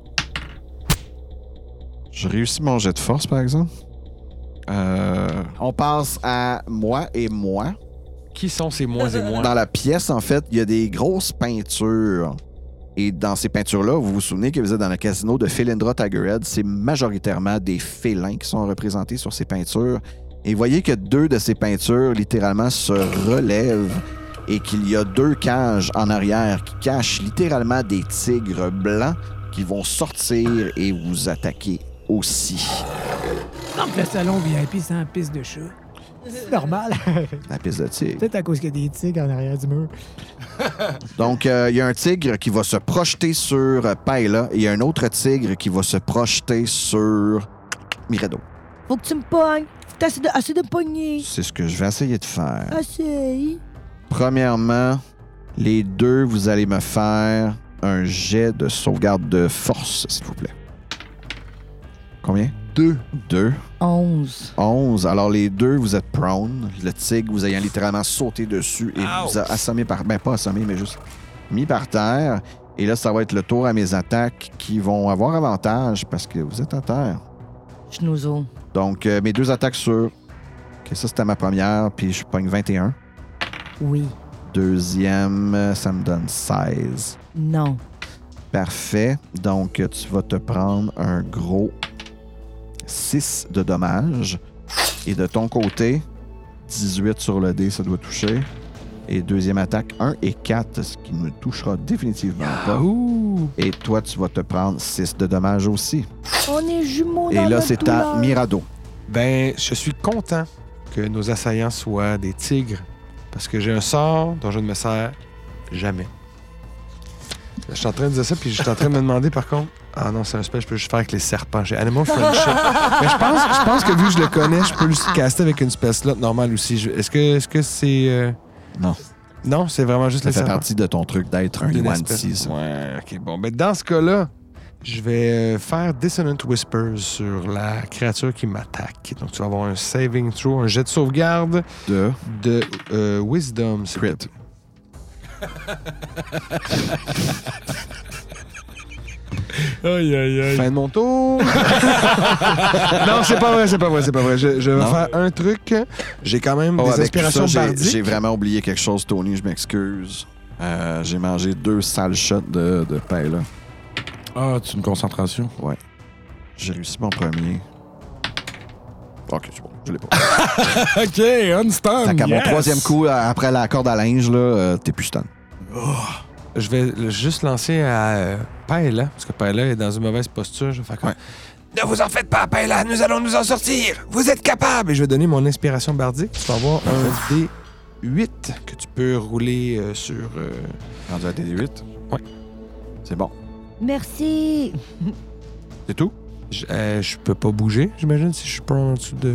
Je réussis mon jet de force, par exemple. Euh, on passe à moi et moi.
Qui sont ces moins et moins?
Dans la pièce, en fait, il y a des grosses peintures. Et dans ces peintures-là, vous vous souvenez que vous êtes dans le casino de Philindra Tigerhead. C'est majoritairement des félins qui sont représentés sur ces peintures. Et vous voyez que deux de ces peintures, littéralement, se relèvent et qu'il y a deux cages en arrière qui cachent littéralement des tigres blancs qui vont sortir et vous attaquer aussi.
Exemple, le salon VIP sans piste de chat.
C'est normal. *laughs*
La piste de tigre.
Peut-être à cause qu'il y a des tigres en arrière du mur.
Donc, euh, il y a un tigre qui va se projeter sur euh, Paella et il y a un autre tigre qui va se projeter sur Miredo.
Faut que tu me pognes. Faut que t'essaies de, assez de me pogner.
C'est ce que je vais essayer de faire.
Essaye.
Premièrement, les deux, vous allez me faire un jet de sauvegarde de force, s'il vous plaît. Combien? Deux. Deux.
11.
11. Alors, les deux, vous êtes prone. Le tigre, vous ayant littéralement sauté dessus et vous a assommé par. Ben, pas assommé, mais juste mis par terre. Et là, ça va être le tour à mes attaques qui vont avoir avantage parce que vous êtes à terre.
Schnouzon.
Donc, euh, mes deux attaques sur. OK, ça, c'était ma première, puis je pogne 21.
Oui.
Deuxième, euh, ça me donne 16.
Non.
Parfait. Donc, euh, tu vas te prendre un gros 6 de dommages. Et de ton côté, 18 sur le dé, ça doit toucher. Et deuxième attaque, 1 et 4, ce qui ne touchera définitivement pas. Et toi, tu vas te prendre 6 de dommages aussi.
On est jumeaux
Et
dans
là,
notre
c'est à
douleur.
Mirado.
Ben, je suis content que nos assaillants soient des tigres parce que j'ai un sort dont je ne me sers jamais. Je suis en train de dire ça, puis je suis en train de me demander, par contre. Ah non, c'est un spell, je peux juste faire avec les serpents. J'ai Animal Friendship. Mais je pense, je pense que vu que je le connais, je peux le caster avec une spell slot normale aussi. Je- Est-ce que est-ce que c'est. euh,
Non.
Non, c'est vraiment juste
Ça
les
fait
serpents.
partie de ton truc d'être un
D'une
one
espèce.
six.
Ouais, ok, bon. Mais dans ce cas-là, je vais euh, faire Dissonant Whispers sur la créature qui m'attaque. Donc, tu vas avoir un saving throw, un jet de sauvegarde
De...
de euh, Wisdom. s'il te
Crit.
plaît.
Aïe, aïe, aïe.
Fin de
*laughs*
mon tour. non, c'est pas vrai, c'est pas vrai, c'est pas vrai. Je, je vais
Non.
faire un truc. J'ai quand même
Oh,
des
avec tout
inspirations
ça, j'ai-
bardiques.
j'ai vraiment oublié quelque chose, Tony, je m'excuse. Euh, j'ai mangé deux sales shots de, de pain, là.
Ah, c'est une concentration.
J'ai réussi mon premier. Ok, c'est bon, je l'ai pas.
Ah,
OK, unstun.
Fait qu'à mon
yes.
troisième coup, à- après la corde à linge, là, euh, t'es plus stun.
Je vais le- juste lancer à euh, Paella, parce que Paella est dans une mauvaise posture. Je vais faire comme... Ne vous en faites pas, Paella, nous allons nous en sortir. Vous êtes capable. Et je vais donner mon inspiration bardique. Tu vas avoir un D8 que tu peux rouler euh, sur. euh,
Rendu à D8?
Ouais.
C'est bon.
Merci.
C'est tout?
Je, euh, je peux pas bouger, j'imagine, si je suis pas en dessous de.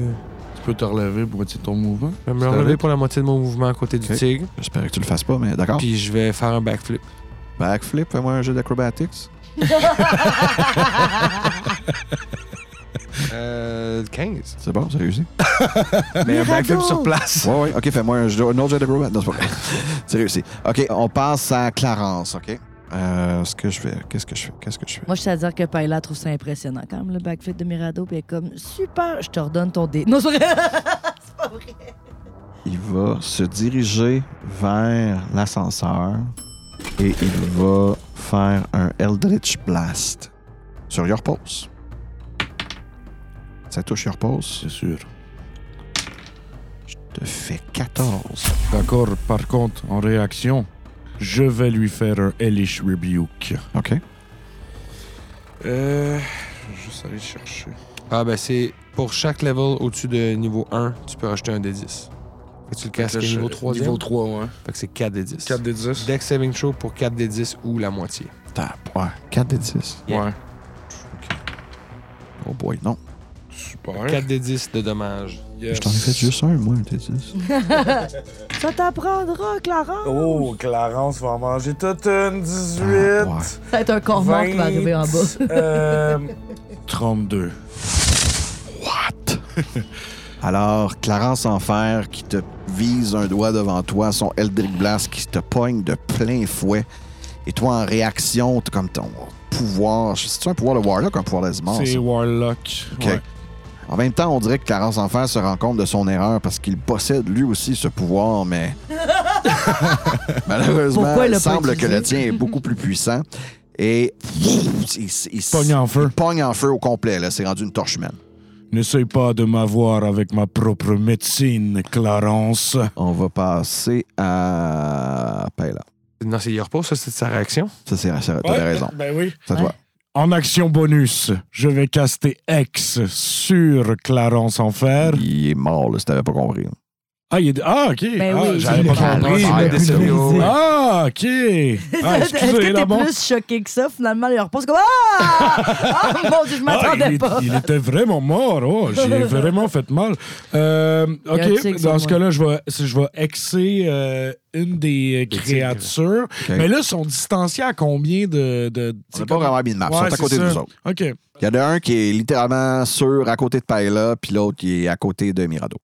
Tu peux te relever pour moitié de ton mouvement.
Je vais me
C'est
relever
vrai.
pour la moitié de mon mouvement à côté
Ok.
du tigre.
J'espère que tu le fasses pas, mais d'accord.
Puis je vais faire un backflip.
Backflip, fais-moi un jeu d'acrobatics.
Euh, 15.
C'est bon, c'est réussi.
*laughs* Mais un
Mirabeau.
backflip sur place.
Ouais, ouais. Ok, fais-moi un, jeu- un autre jeu d'acrobatics. Non, c'est pas vrai. *laughs* C'est réussi. Ok, on passe à Clarence, ok? Euh, ce que je fais, qu'est-ce que je fais, qu'est-ce que je fais?
Moi, je suis à dire que Paila trouve ça impressionnant quand même, le backflip de Mirado. Puis elle est comme, super, je te redonne ton dé. Non, c'est vrai.
*laughs*
c'est pas vrai.
Il va se diriger vers l'ascenseur et il va faire un Eldritch Blast sur Your Pulse. Ça touche Your Pulse.
C'est sûr.
te fait 14.
D'accord. Par contre, en réaction, je vais lui faire un Hellish Rebuke.
OK.
Euh... Je vais juste aller chercher.
Ah, ben c'est pour chaque level au-dessus de niveau 1, tu peux rajouter un D10. Fait que tu le casques à niveau 3.
Niveau 3, ouais.
Fait que c'est 4 D10.
4 des 10.
Deck saving throw pour 4 D10 ou la moitié.
Tape. Ouais. 4 des 10.
Ouais.
Oh boy, non.
Super.
4 D10 de dommages.
Yes.
Je t'en ai fait juste un, moi, un des 10.
Ça t'apprendra, Clara.
Oh, Clarence va en manger toute une 18.
Ah, ouais.
Ça va être un corps mort qui va arriver en bas.
20, euh,
32.
Alors, Clarence Enfer qui te vise un doigt devant toi, son Eldritch Blast qui te poigne de plein fouet. Et toi, en réaction, t'as comme ton pouvoir. C'est-tu un pouvoir de Warlock ou un pouvoir de mort?
C'est Warlock.
OK.
Ouais.
En même temps, on dirait que Clarence Enfer se rend compte de son erreur parce qu'il possède lui aussi ce pouvoir,
*laughs*
mais malheureusement,
Pourquoi il
il
l'a pas
semble que
utilisé?
le tien est beaucoup plus puissant. Et il, s- il s-
Pogne en feu.
il pogne en feu au complet. là. C'est rendu une torche humaine.
N'essaye pas de m'avoir avec ma propre médecine, Clarence.
On va passer à Paella.
Non, c'est il repose, ça, c'est de sa réaction.
Ça, c'est ça, t'avais raison.
Ben oui.
Ça te
Ouais.
va.
En action bonus, je vais caster X sur Clarence Enfer.
Il est mort, là, si t'avais pas compris. là.
Ah, il est... ah ok.
Ben
ah,
oui.
J'avais
Il
pas
est
compris.
Ah,
mais-
désolé.
Ah, ok.
*laughs*
Ah,
Est-ce que
excusez,
t'es
là, bon.
plus choqué que ça? Finalement, il repense comme Ah! Ah, mon Dieu, je
Ah, il,
m'attendais
est-
pas.
il était vraiment mort. Oh, j'ai vraiment fait mal. Euh,
y a un tigre
OK,
sur
dans ce
moi.
cas-là, je vais, je vais exer euh, une des
tigres.
créatures. Mais là, ils sont distanciés à combien de... de
On n'a pas vraiment mis de map. Ils sont
Ouais,
à côté
c'est
de nous
ça.
autres.
OK.
Il y en a un qui est littéralement sur à côté de Paella, puis l'autre qui est à côté de Mirado.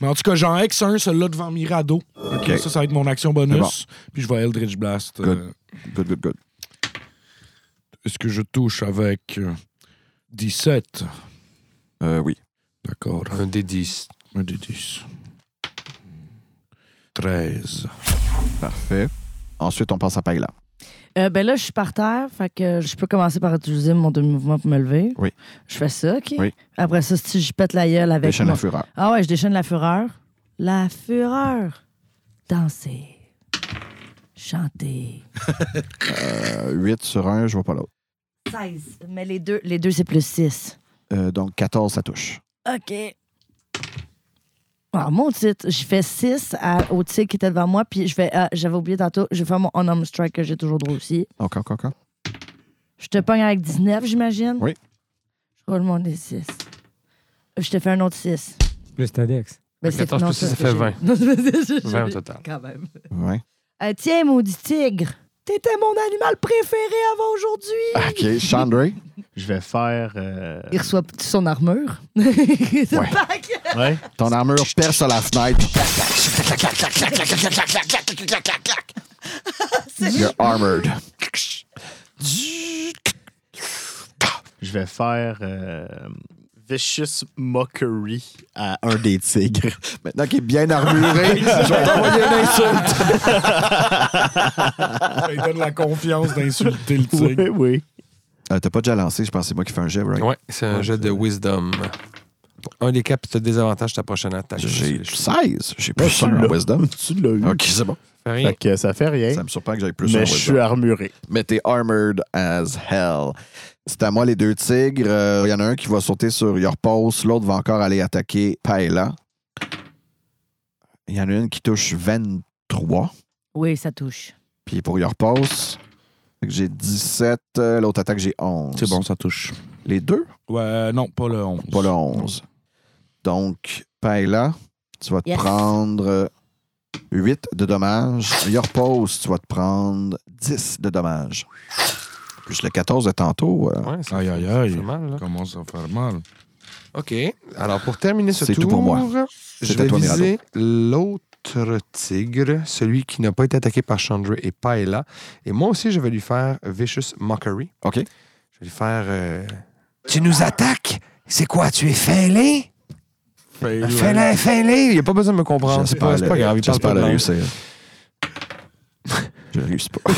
Mais en tout cas, j'en ex un, celui-là devant Mirado.
OK.
Ça, ça va être mon action bonus. Puis je vais Eldritch Blast.
Good.
Euh,
Good, good, good.
Est-ce que je touche avec euh, 17?
Euh, oui.
D'accord.
Un D10.
Un des 10. 13.
Parfait. Ensuite, on passe à Paella.
Euh, ben là, je suis par terre, fait que je peux commencer par utiliser mon demi-mouvement pour me lever.
Oui.
Je fais ça, OK?
Oui.
Après ça, si je pète la gueule avec.
Déchaîne la
mon-
fureur.
Ah ouais, je déchaîne la fureur. La fureur. Danser. Chanter.
8 sur 1, je vois pas l'autre.
16. Mais les deux, les deux c'est plus 6.
Euh, donc 14, ça touche.
OK. Ah, mon titre, je fais 6 au titre qui était devant moi, puis je fais, ah, j'avais oublié tantôt, je vais faire mon unarmed strike que j'ai toujours droit aussi.
Encore, encore, encore.
Je te pogne avec 19, j'imagine.
Oui.
Je roule mon des 6. Je te fais un autre 6.
Plus ta dex.
Ben,
14
non,
plus six, ça
que
fait
j'ai-
20.
*laughs* Non, j'ai-
20 au total.
Quand même.
Ouais.
Euh, tiens, maudit tigre, t'étais mon animal préféré avant aujourd'hui.
OK, Chandray.
Je vais faire. euh,
Il reçoit son armure. *laughs* C'est
Ouais.
pas que-
Ouais.
Ton armure perce à la fenêtre. You're armored.
Je vais faire. euh, Vicious Mockery à un des tigres.
*laughs* Maintenant qu'il est bien armuré,
*laughs*
je vais t'envoyer une
*laughs*
insulte.
Ça lui donne la confiance d'insulter le
Oui,
tigre.
oui.
Euh, T'as pas déjà lancé, je pense que c'est moi qui fais un jet, right?
Ouais, c'est un jet de wisdom. Pour Un des quatre, tu as des avantages ta prochaine attaque.
J'ai
Je-
16. J'ai plus ça en
l'as.
wisdom.
Tu l'as eu.
OK, c'est bon.
Fais rien.
Fait que ça fait rien.
Ça me surprend que j'aille plus en
Hein? mais je
wisdom.
suis armuré.
mais t'es armored as hell. C'est à moi les deux tigres. Il y en a un qui va sauter sur Your Pulse, l'autre va encore aller attaquer Paella. Il y en a une qui touche 23,
Oui, ça touche.
puis pour Your Pulse, fait que j'ai 17, euh, l'autre attaque j'ai 11.
ça touche.
Les deux?
Ouais, non, pas le 11.
Pas le 11. Donc, Paella, tu vas te
Yes.
prendre euh, 8 de dommages. Your Pulse, tu vas te prendre 10 de dommages. Plus le 14 de tantôt. euh,
Ouais, ça
Aïe,
fait-
aïe,
ça
aïe.
fait mal, là.
Commence à faire mal.
OK. Alors, pour terminer ce
C'est
tour,
tout pour moi.
je
C'est
vais
à toi, Mirado.
viser l'autre tigre, celui qui n'a pas été attaqué par Chandra et Paella. Et moi aussi, je vais lui faire Vicious Mockery.
OK.
Je vais lui faire... euh, Tu nous attaques? C'est quoi? Tu es fêlé? Fêlé, fêlé! Il n'y a pas besoin de me comprendre. C'est pas, c'est pas grave. Il parle pas de langue.
*laughs* Je réussis pas.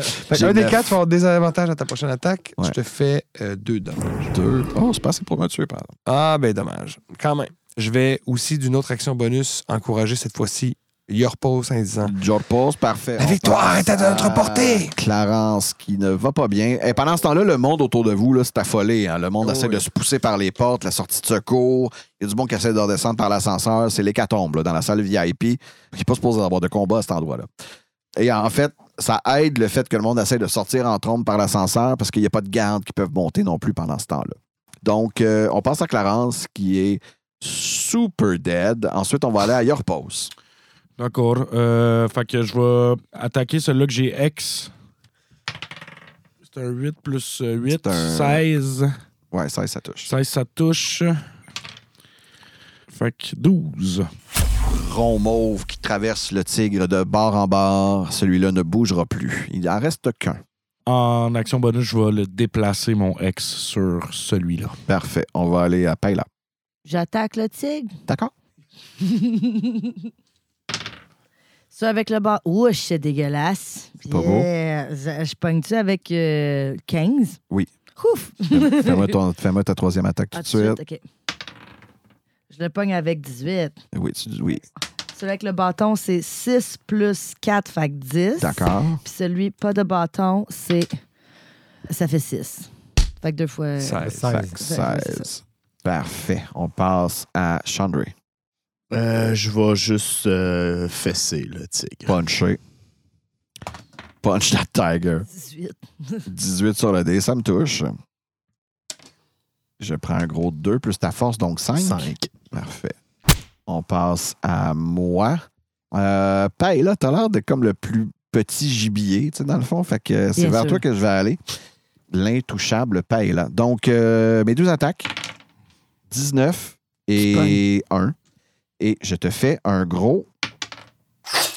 Fait
J'ai
un des
neuf.
quatre, tu vas avoir des avantages à ta prochaine attaque.
Ouais.
Je te fais euh, deux dommages.
Deux. Oh, c'est pas assez pour me tuer, par exemple.
Ah, ben dommage. Quand même. Je vais aussi, d'une autre action bonus, encourager cette fois-ci Your Pulse en disant
George pause, parfait.
La
On
victoire
passe
est à notre portée.
Clarence qui ne va pas bien. Et pendant ce temps-là, le monde autour de vous, là, c'est affolé. hein. Le monde
Oh
essaie
oui.
de se pousser par les portes, la sortie de secours. Il y a du monde qui essaie de redescendre par l'ascenseur. C'est l'hécatombe, là, dans la salle VIP. Il n'est pas supposé avoir de combat à cet endroit-là. Et en fait, ça aide le fait que le monde essaie de sortir en trombe par l'ascenseur parce qu'il n'y a pas de gardes qui peuvent monter non plus pendant ce temps-là. Donc, euh, on passe à Clarence qui est super dead. Ensuite, on va aller à Your Pose.
D'accord. Euh, fait que je vais attaquer celui-là que j'ai ex. C'est un 8 plus euh, 8.
C'est un-
16.
Ouais, ça, ça touche.
16, ça touche. Fait que 12.
rond mauve qui traverse le tigre de bord en bord, celui-là ne bougera plus. Il en reste qu'un.
En action bonus, je vais le déplacer, mon ex, sur celui-là.
Parfait. On va aller à Paila.
J'attaque le tigre.
*laughs* D'accord.
Ça avec le bas. Ouch, c'est dégueulasse.
pas beau.
Yeah. Je je pogne-tu avec euh, 15?
Oui. *laughs*
Ouf!
Fais-moi ton- fais-moi ta troisième attaque tout
Ah,
de suite.
OK. Je le pogne avec 18.
Oui, tu- oui. *laughs*
Celui avec le bâton, c'est 6 plus 4, fait que 10.
D'accord.
Puis celui pas de bâton, c'est. Ça fait 6. Fait que deux fois.
Ça-
Fait que 16. Parfait. On passe à Chandray.
Euh, je vais juste euh, fesser le tigre.
Puncher. Punch the tiger.
18.
18 sur le dé, ça me touche. Je prends un gros 2 plus ta force, donc 5.
Cinq.
Parfait. On passe à moi. Euh, Paille, là, t'as l'air de comme le plus petit gibier, tu sais, dans le fond. Fait que c'est
Bien
vers
sûr.
toi que je vais aller. L'intouchable paille, là. Donc, euh, mes deux attaques, 19 et 1. Et je te fais un gros.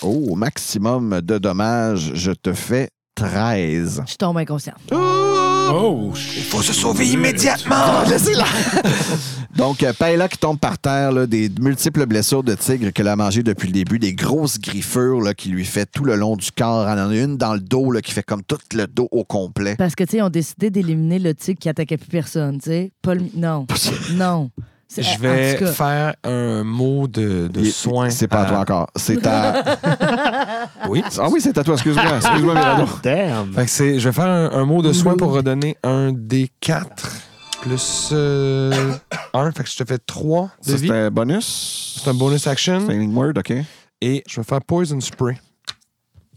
Oh, maximum de dommages, je te fais 13.
Je tombe inconscient.
Oh!
Il faut se sauver
*laughs*
immédiatement!
Donc, euh, Paella qui tombe par terre, là, des multiples blessures de tigre qu'elle a mangé depuis le début, des grosses griffures là, qui lui fait tout le long du corps. Elle en a une dans le dos là, qui fait comme tout le dos au complet.
Parce que, tu sais, ils ont décidé d'éliminer le tigre qui attaquait plus personne, tu sais. Pas le-
*laughs*
Non. non. C'est-
Je
en tout
vais
cas,
faire un mot de, de
Il-
soin.
C'est pas à toi
à-
encore. C'est
*laughs*
à.
Oui.
Ah oui, c'est à toi,
*laughs*
excuse-moi. Excuse-moi, Mirado.
Damn!
Fait que c'est- je vais faire un, un mot de soin pour redonner un D4 plus 1, fait que je te fais 3 de
Ça,
vie.
c'est un bonus.
C'est un bonus action. Euh,
C'est un link word, OK.
Et je vais faire Poison Spray.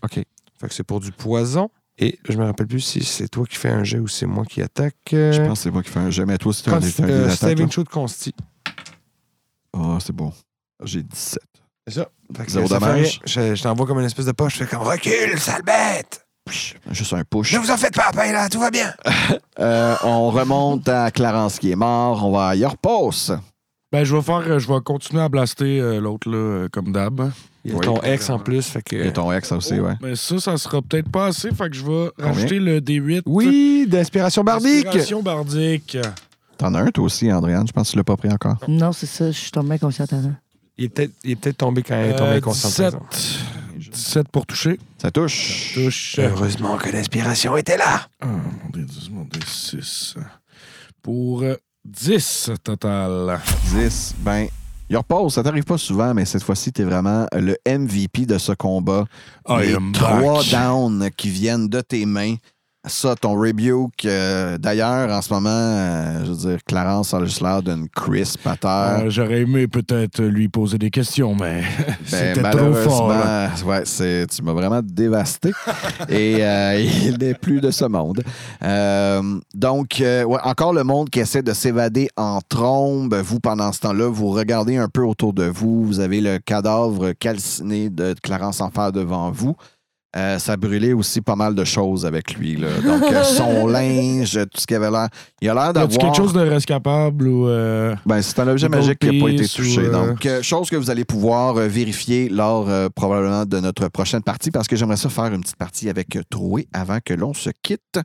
OK. Fait que c'est pour du poison. Et je me rappelle plus si c'est toi qui fais un jet ou c'est moi qui attaque. euh,
Je pense que c'est moi qui fais un jamais. Toi, c'est un,
quand
un,
c'est
un
euh,
attaque,
saving
là.
show de consti.
Ah, c'est bon. J'ai 17.
C'est ça. Fait que
Zéro
ça fait
dommage.
rien. Je, je t'envoie comme une espèce de poche. Je fais comme recule, sale bête.
Juste un push.
Ne vous en faites pas, paix, là, tout va bien.
Euh, on remonte à Clarence qui est mort. On va à Yorpos.
Ben, je vais faire, euh, je vais continuer à blaster euh, l'autre, là, euh, comme d'hab.
Il y a
Oui.
ton ex en plus. Fait que...
Et ton ex aussi, ouais.
Mais ça, ça sera peut-être pas assez, fait que je vais racheter le D8.
Oui, d'inspiration bardique.
Inspiration bardique.
T'en as un, toi aussi, Andréane. Je pense que tu l'as pas pris encore.
Non, c'est ça, je suis tombé inconscient avant.
Il est peut-être il est peut-être tombé quand il
Eh,
est tombé
Euh,
inconscient. par
17.
exemple.
17 pour toucher.
Ça touche.
Touche.
Heureusement que l'inspiration était là.
Ah, mon dé 10, mon dé 6. Pour euh, 10 total.
10. Ben, Yorpos, ça t'arrive pas souvent, mais cette fois-ci, t'es vraiment le MVP de ce combat. les trois downs qui viennent de tes mains. Ça, ton rebuke. euh, D'ailleurs, en ce moment, euh, je veux dire, Clarence a juste l'air d'une crisp à terre.
Euh, J'aurais aimé peut-être lui poser des questions, mais
Ah.
*laughs*
Ben,
c'était trop fort. là.
malheureusement, ouais, c'est- tu m'as vraiment
*laughs*
dévasté. Et euh, il n'est plus de ce monde. Euh, donc, euh, ouais, encore le monde qui essaie de s'évader en trombe. Vous, pendant ce temps-là, vous regardez un peu autour de vous. Vous avez le cadavre calciné de Clarence Enfer devant vous. Euh, ça brûlait aussi pas mal de choses avec lui. là. Donc, euh,
*laughs*
son linge, tout ce qu'il avait l'air. Il a l'air
Y a-tu
d'avoir.
quelque chose de rescapable ou. euh,
Ben, c'est un objet
Une autre
magique qui n'a pas été
pièce ou,
touché.
euh,
Donc, euh, chose que vous allez pouvoir euh, vérifier lors euh, probablement de notre prochaine partie, parce que j'aimerais ça faire une petite partie avec euh, Troué avant que l'on se quitte.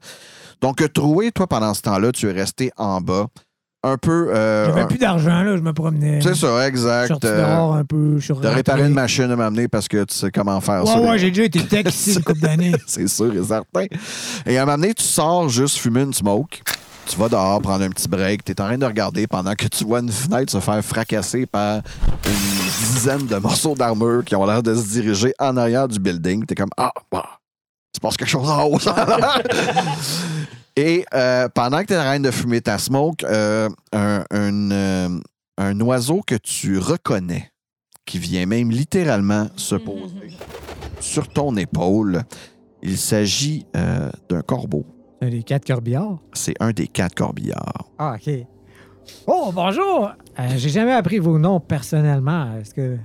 Donc, euh, Troué, toi, pendant ce temps-là, tu es resté en bas. Un peu. euh,
J'avais
un-
plus d'argent, là, je me promenais.
C'est ça,
Je suis
exact.
sorti
euh,
dehors un peu. Je suis
de
rentré.
réparer une machine à m'amener parce que tu sais comment faire ça.
Ouais, ouais, j'ai déjà été tech ici une couple *laughs* d'années.
*laughs* C'est sûr et certain. Et à un moment donné, tu sors juste fumer une smoke. Tu vas dehors prendre un petit break. Tu es en train de regarder pendant que tu vois une fenêtre se faire fracasser par une dizaine de morceaux d'armure qui ont l'air de se diriger en arrière du building. Tu es comme Ah, bah, il se passe quelque chose en haut, *laughs* ça a l'air. Et euh, pendant que tu es en train de fumer ta smoke, euh, un, un, euh, un oiseau que tu reconnais, qui vient même littéralement se poser sur ton épaule, il s'agit euh, d'un corbeau.
Un des quatre corbillards.
C'est un des quatre corbillards.
Ah, OK. Oh, bonjour! Euh, j'ai jamais appris vos noms personnellement. Est-ce que.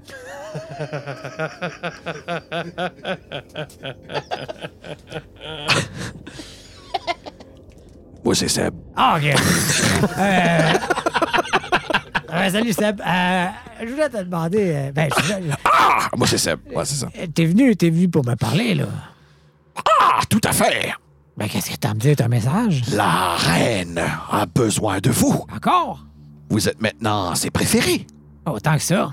Moi, c'est Seb.
*laughs*
Ah, OK. Euh, euh, salut, Seb.
Euh, je voulais te demander. euh, ben, je voulais-
Ah, moi, c'est Seb. Ouais, c'est ça.
euh, t'es venu, t'es venu pour me parler, là.
Ah, tout à fait.
Ben, qu'est-ce que t'as à me dire? T'as un message?
La reine a besoin de vous.
Encore?
Vous êtes maintenant ses préférés.
Autant que ça.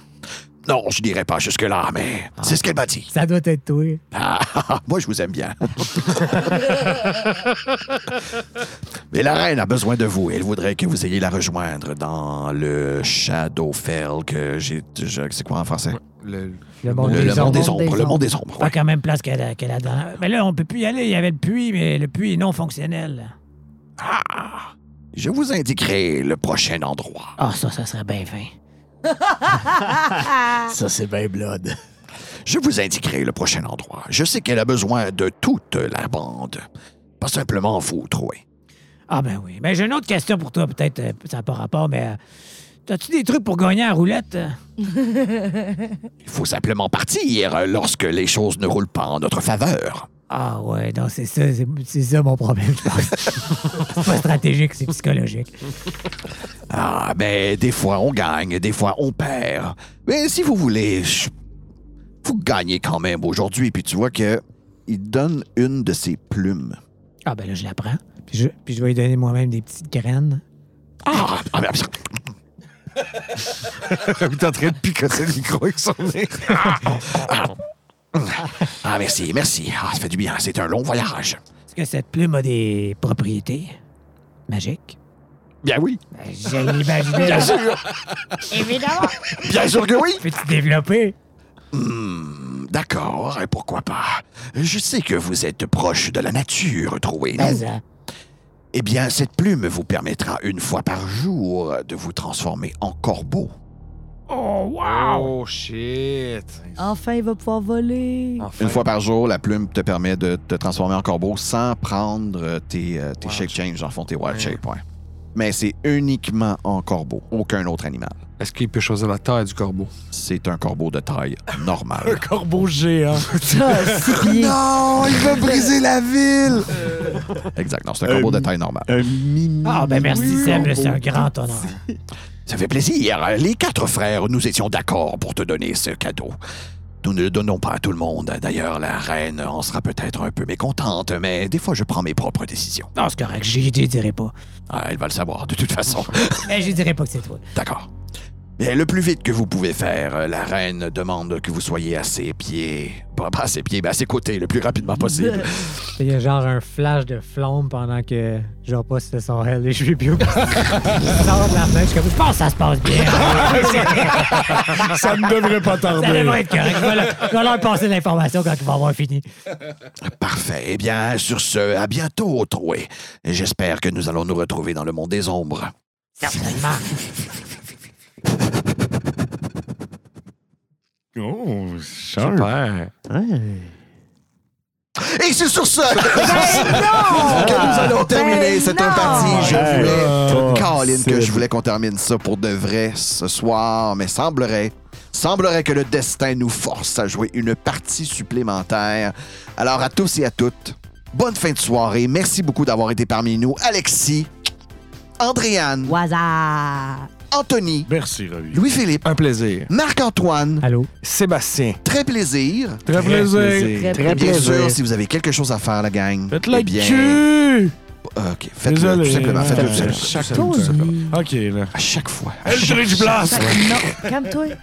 Non, je dirais pas jusque-là, mais c'est ce qu'elle m'a dit. *laughs*
Ça doit être toi.
Ah, moi, je vous aime *laughs* bien. mais la reine a besoin de vous. Elle voudrait que vous ayez la rejoindre dans le Shadowfell que j'ai... je- C'est quoi en français?
Le-
Le monde
Le, le
des
monde
ombres.
des ombres. Le monde des ombres,
Pas
ouais.
quand même place qu'elle a, qu'elle a dans- Mais là, on peut plus y aller. Il y avait le puits, mais le puits est non fonctionnel.
Je vous indiquerai le prochain endroit.
Ah, ça, ça serait bien fin.
Ça, c'est bien blood.
Je vous indiquerai le prochain endroit. Je sais qu'elle a besoin de toute la bande. Pas simplement vous, Troy.
Ah, ben oui. Mais j'ai une autre question pour toi, peut-être. euh, Ça n'a pas rapport, mais. euh, As-tu des trucs pour gagner en roulette? euh?
Il faut simplement partir lorsque les choses ne roulent pas en notre faveur.
Ah, ouais, donc c'est ça, c'est, c'est ça mon problème, je pense. *laughs* c'est pas stratégique, c'est psychologique.
Ah, mais des fois on gagne, des fois on perd. Mais si vous voulez, je- vous gagnez quand même aujourd'hui. Puis tu vois que il donne une de ses plumes.
Ah, ben là, je l'apprends.
Puis je, puis je vais lui donner moi-même des petites graines.
Ah, ah, mais-
*laughs* Il est en train de picasser le micro avec son nez.
ah, merci, merci. Ah, ça fait du bien. C'est un long voyage.
Est-ce que cette plume a des propriétés magiques?
Bien oui,
Ben, J'ai l'imaginé. là.
Évidemment.
bien sûr que oui.
Peux-tu développer?
Hmm, D'accord, et pourquoi pas. Je sais que vous êtes proche de la nature, Troué.
Ben, ça.
Eh bien, cette plume vous permettra une fois par jour de vous transformer en corbeau.
Oh, wow!
Oh, shit.
Enfin, il va pouvoir
Ah.
voler.
Enfin.
Une fois par jour, la plume te permet de te transformer en corbeau sans prendre euh, tes, euh, tes
Wild
shape change, en fond, tes wild
Ouais.
shape, ouais. Mais c'est uniquement en corbeau, aucun autre animal.
Est-ce qu'il peut choisir la taille du corbeau?
C'est un corbeau de taille
Un
normale.
corbeau géant.
*laughs* Ça,
*laughs*
six pieds.
non, il veut briser la
*laughs*
ville! exact, non, c'est un
Euh,
corbeau de taille normale.
Un mini.
Ah, ben merci, Seb, c'est un grand honneur.
Ça fait plaisir. Les quatre frères, nous étions d'accord pour te donner ce cadeau. Nous ne le donnons pas à tout le monde. D'ailleurs, la reine en sera peut-être un peu mécontente, mais des fois, je prends mes propres décisions.
Non, c'est correct, j'y j'y dirai pas.
Ah, elle va le savoir, de toute façon.
Mais j'y dirai pas que c'est toi.
D'accord. Mais le plus vite que vous pouvez faire, euh, la reine demande que vous soyez à ses pieds. Pas, pas à ses pieds, mais à ses côtés, le plus rapidement possible.
Il y a genre un flash de flamme pendant que genre pas c'était son hell et je suis
*laughs*
bio. Il sort de la fenêtre, je suis comme
Je pense que ça se passe bien.
*laughs* Ça ne devrait pas
ça
tarder.
devrait être correct. Je vais leur- je vais leur passer l'information quand ils vont avoir fini.
Parfait. Eh bien, sur ce, à bientôt, Troué. J'espère que nous allons nous retrouver dans le monde des ombres.
Certainement.
Oh, sharp.
Super.
Et c'est sur ce que nous allons terminer
Ben
cette
non!
partie. Je
Ben
voulais,
non!
Caroline, que
C'est-
je voulais qu'on termine ça pour de vrai ce soir, mais semblerait, semblerait que le destin nous force à jouer une partie supplémentaire. Alors à tous et à toutes, bonne fin de soirée. Merci beaucoup d'avoir été parmi nous, Alexis, Andréane,
Waza.
Anthony,
Merci, Ravi.
Louis-Philippe,
Un plaisir.
Marc-Antoine.
Allô?
Sébastien.
Très plaisir.
Très plaisir.
Et
Très
bien sûr,
plaisir.
si vous avez quelque chose à faire, la gang,
Faites
eh
le
bien, euh,
cul!
ok, faites-le
Désolé.
tout simplement, faites-le tout
Euh,
simplement.
chaque-
Tout simplement, tout simplement.
OK, là.
À chaque fois.
Eldridge Blast!
Non, calme-toi.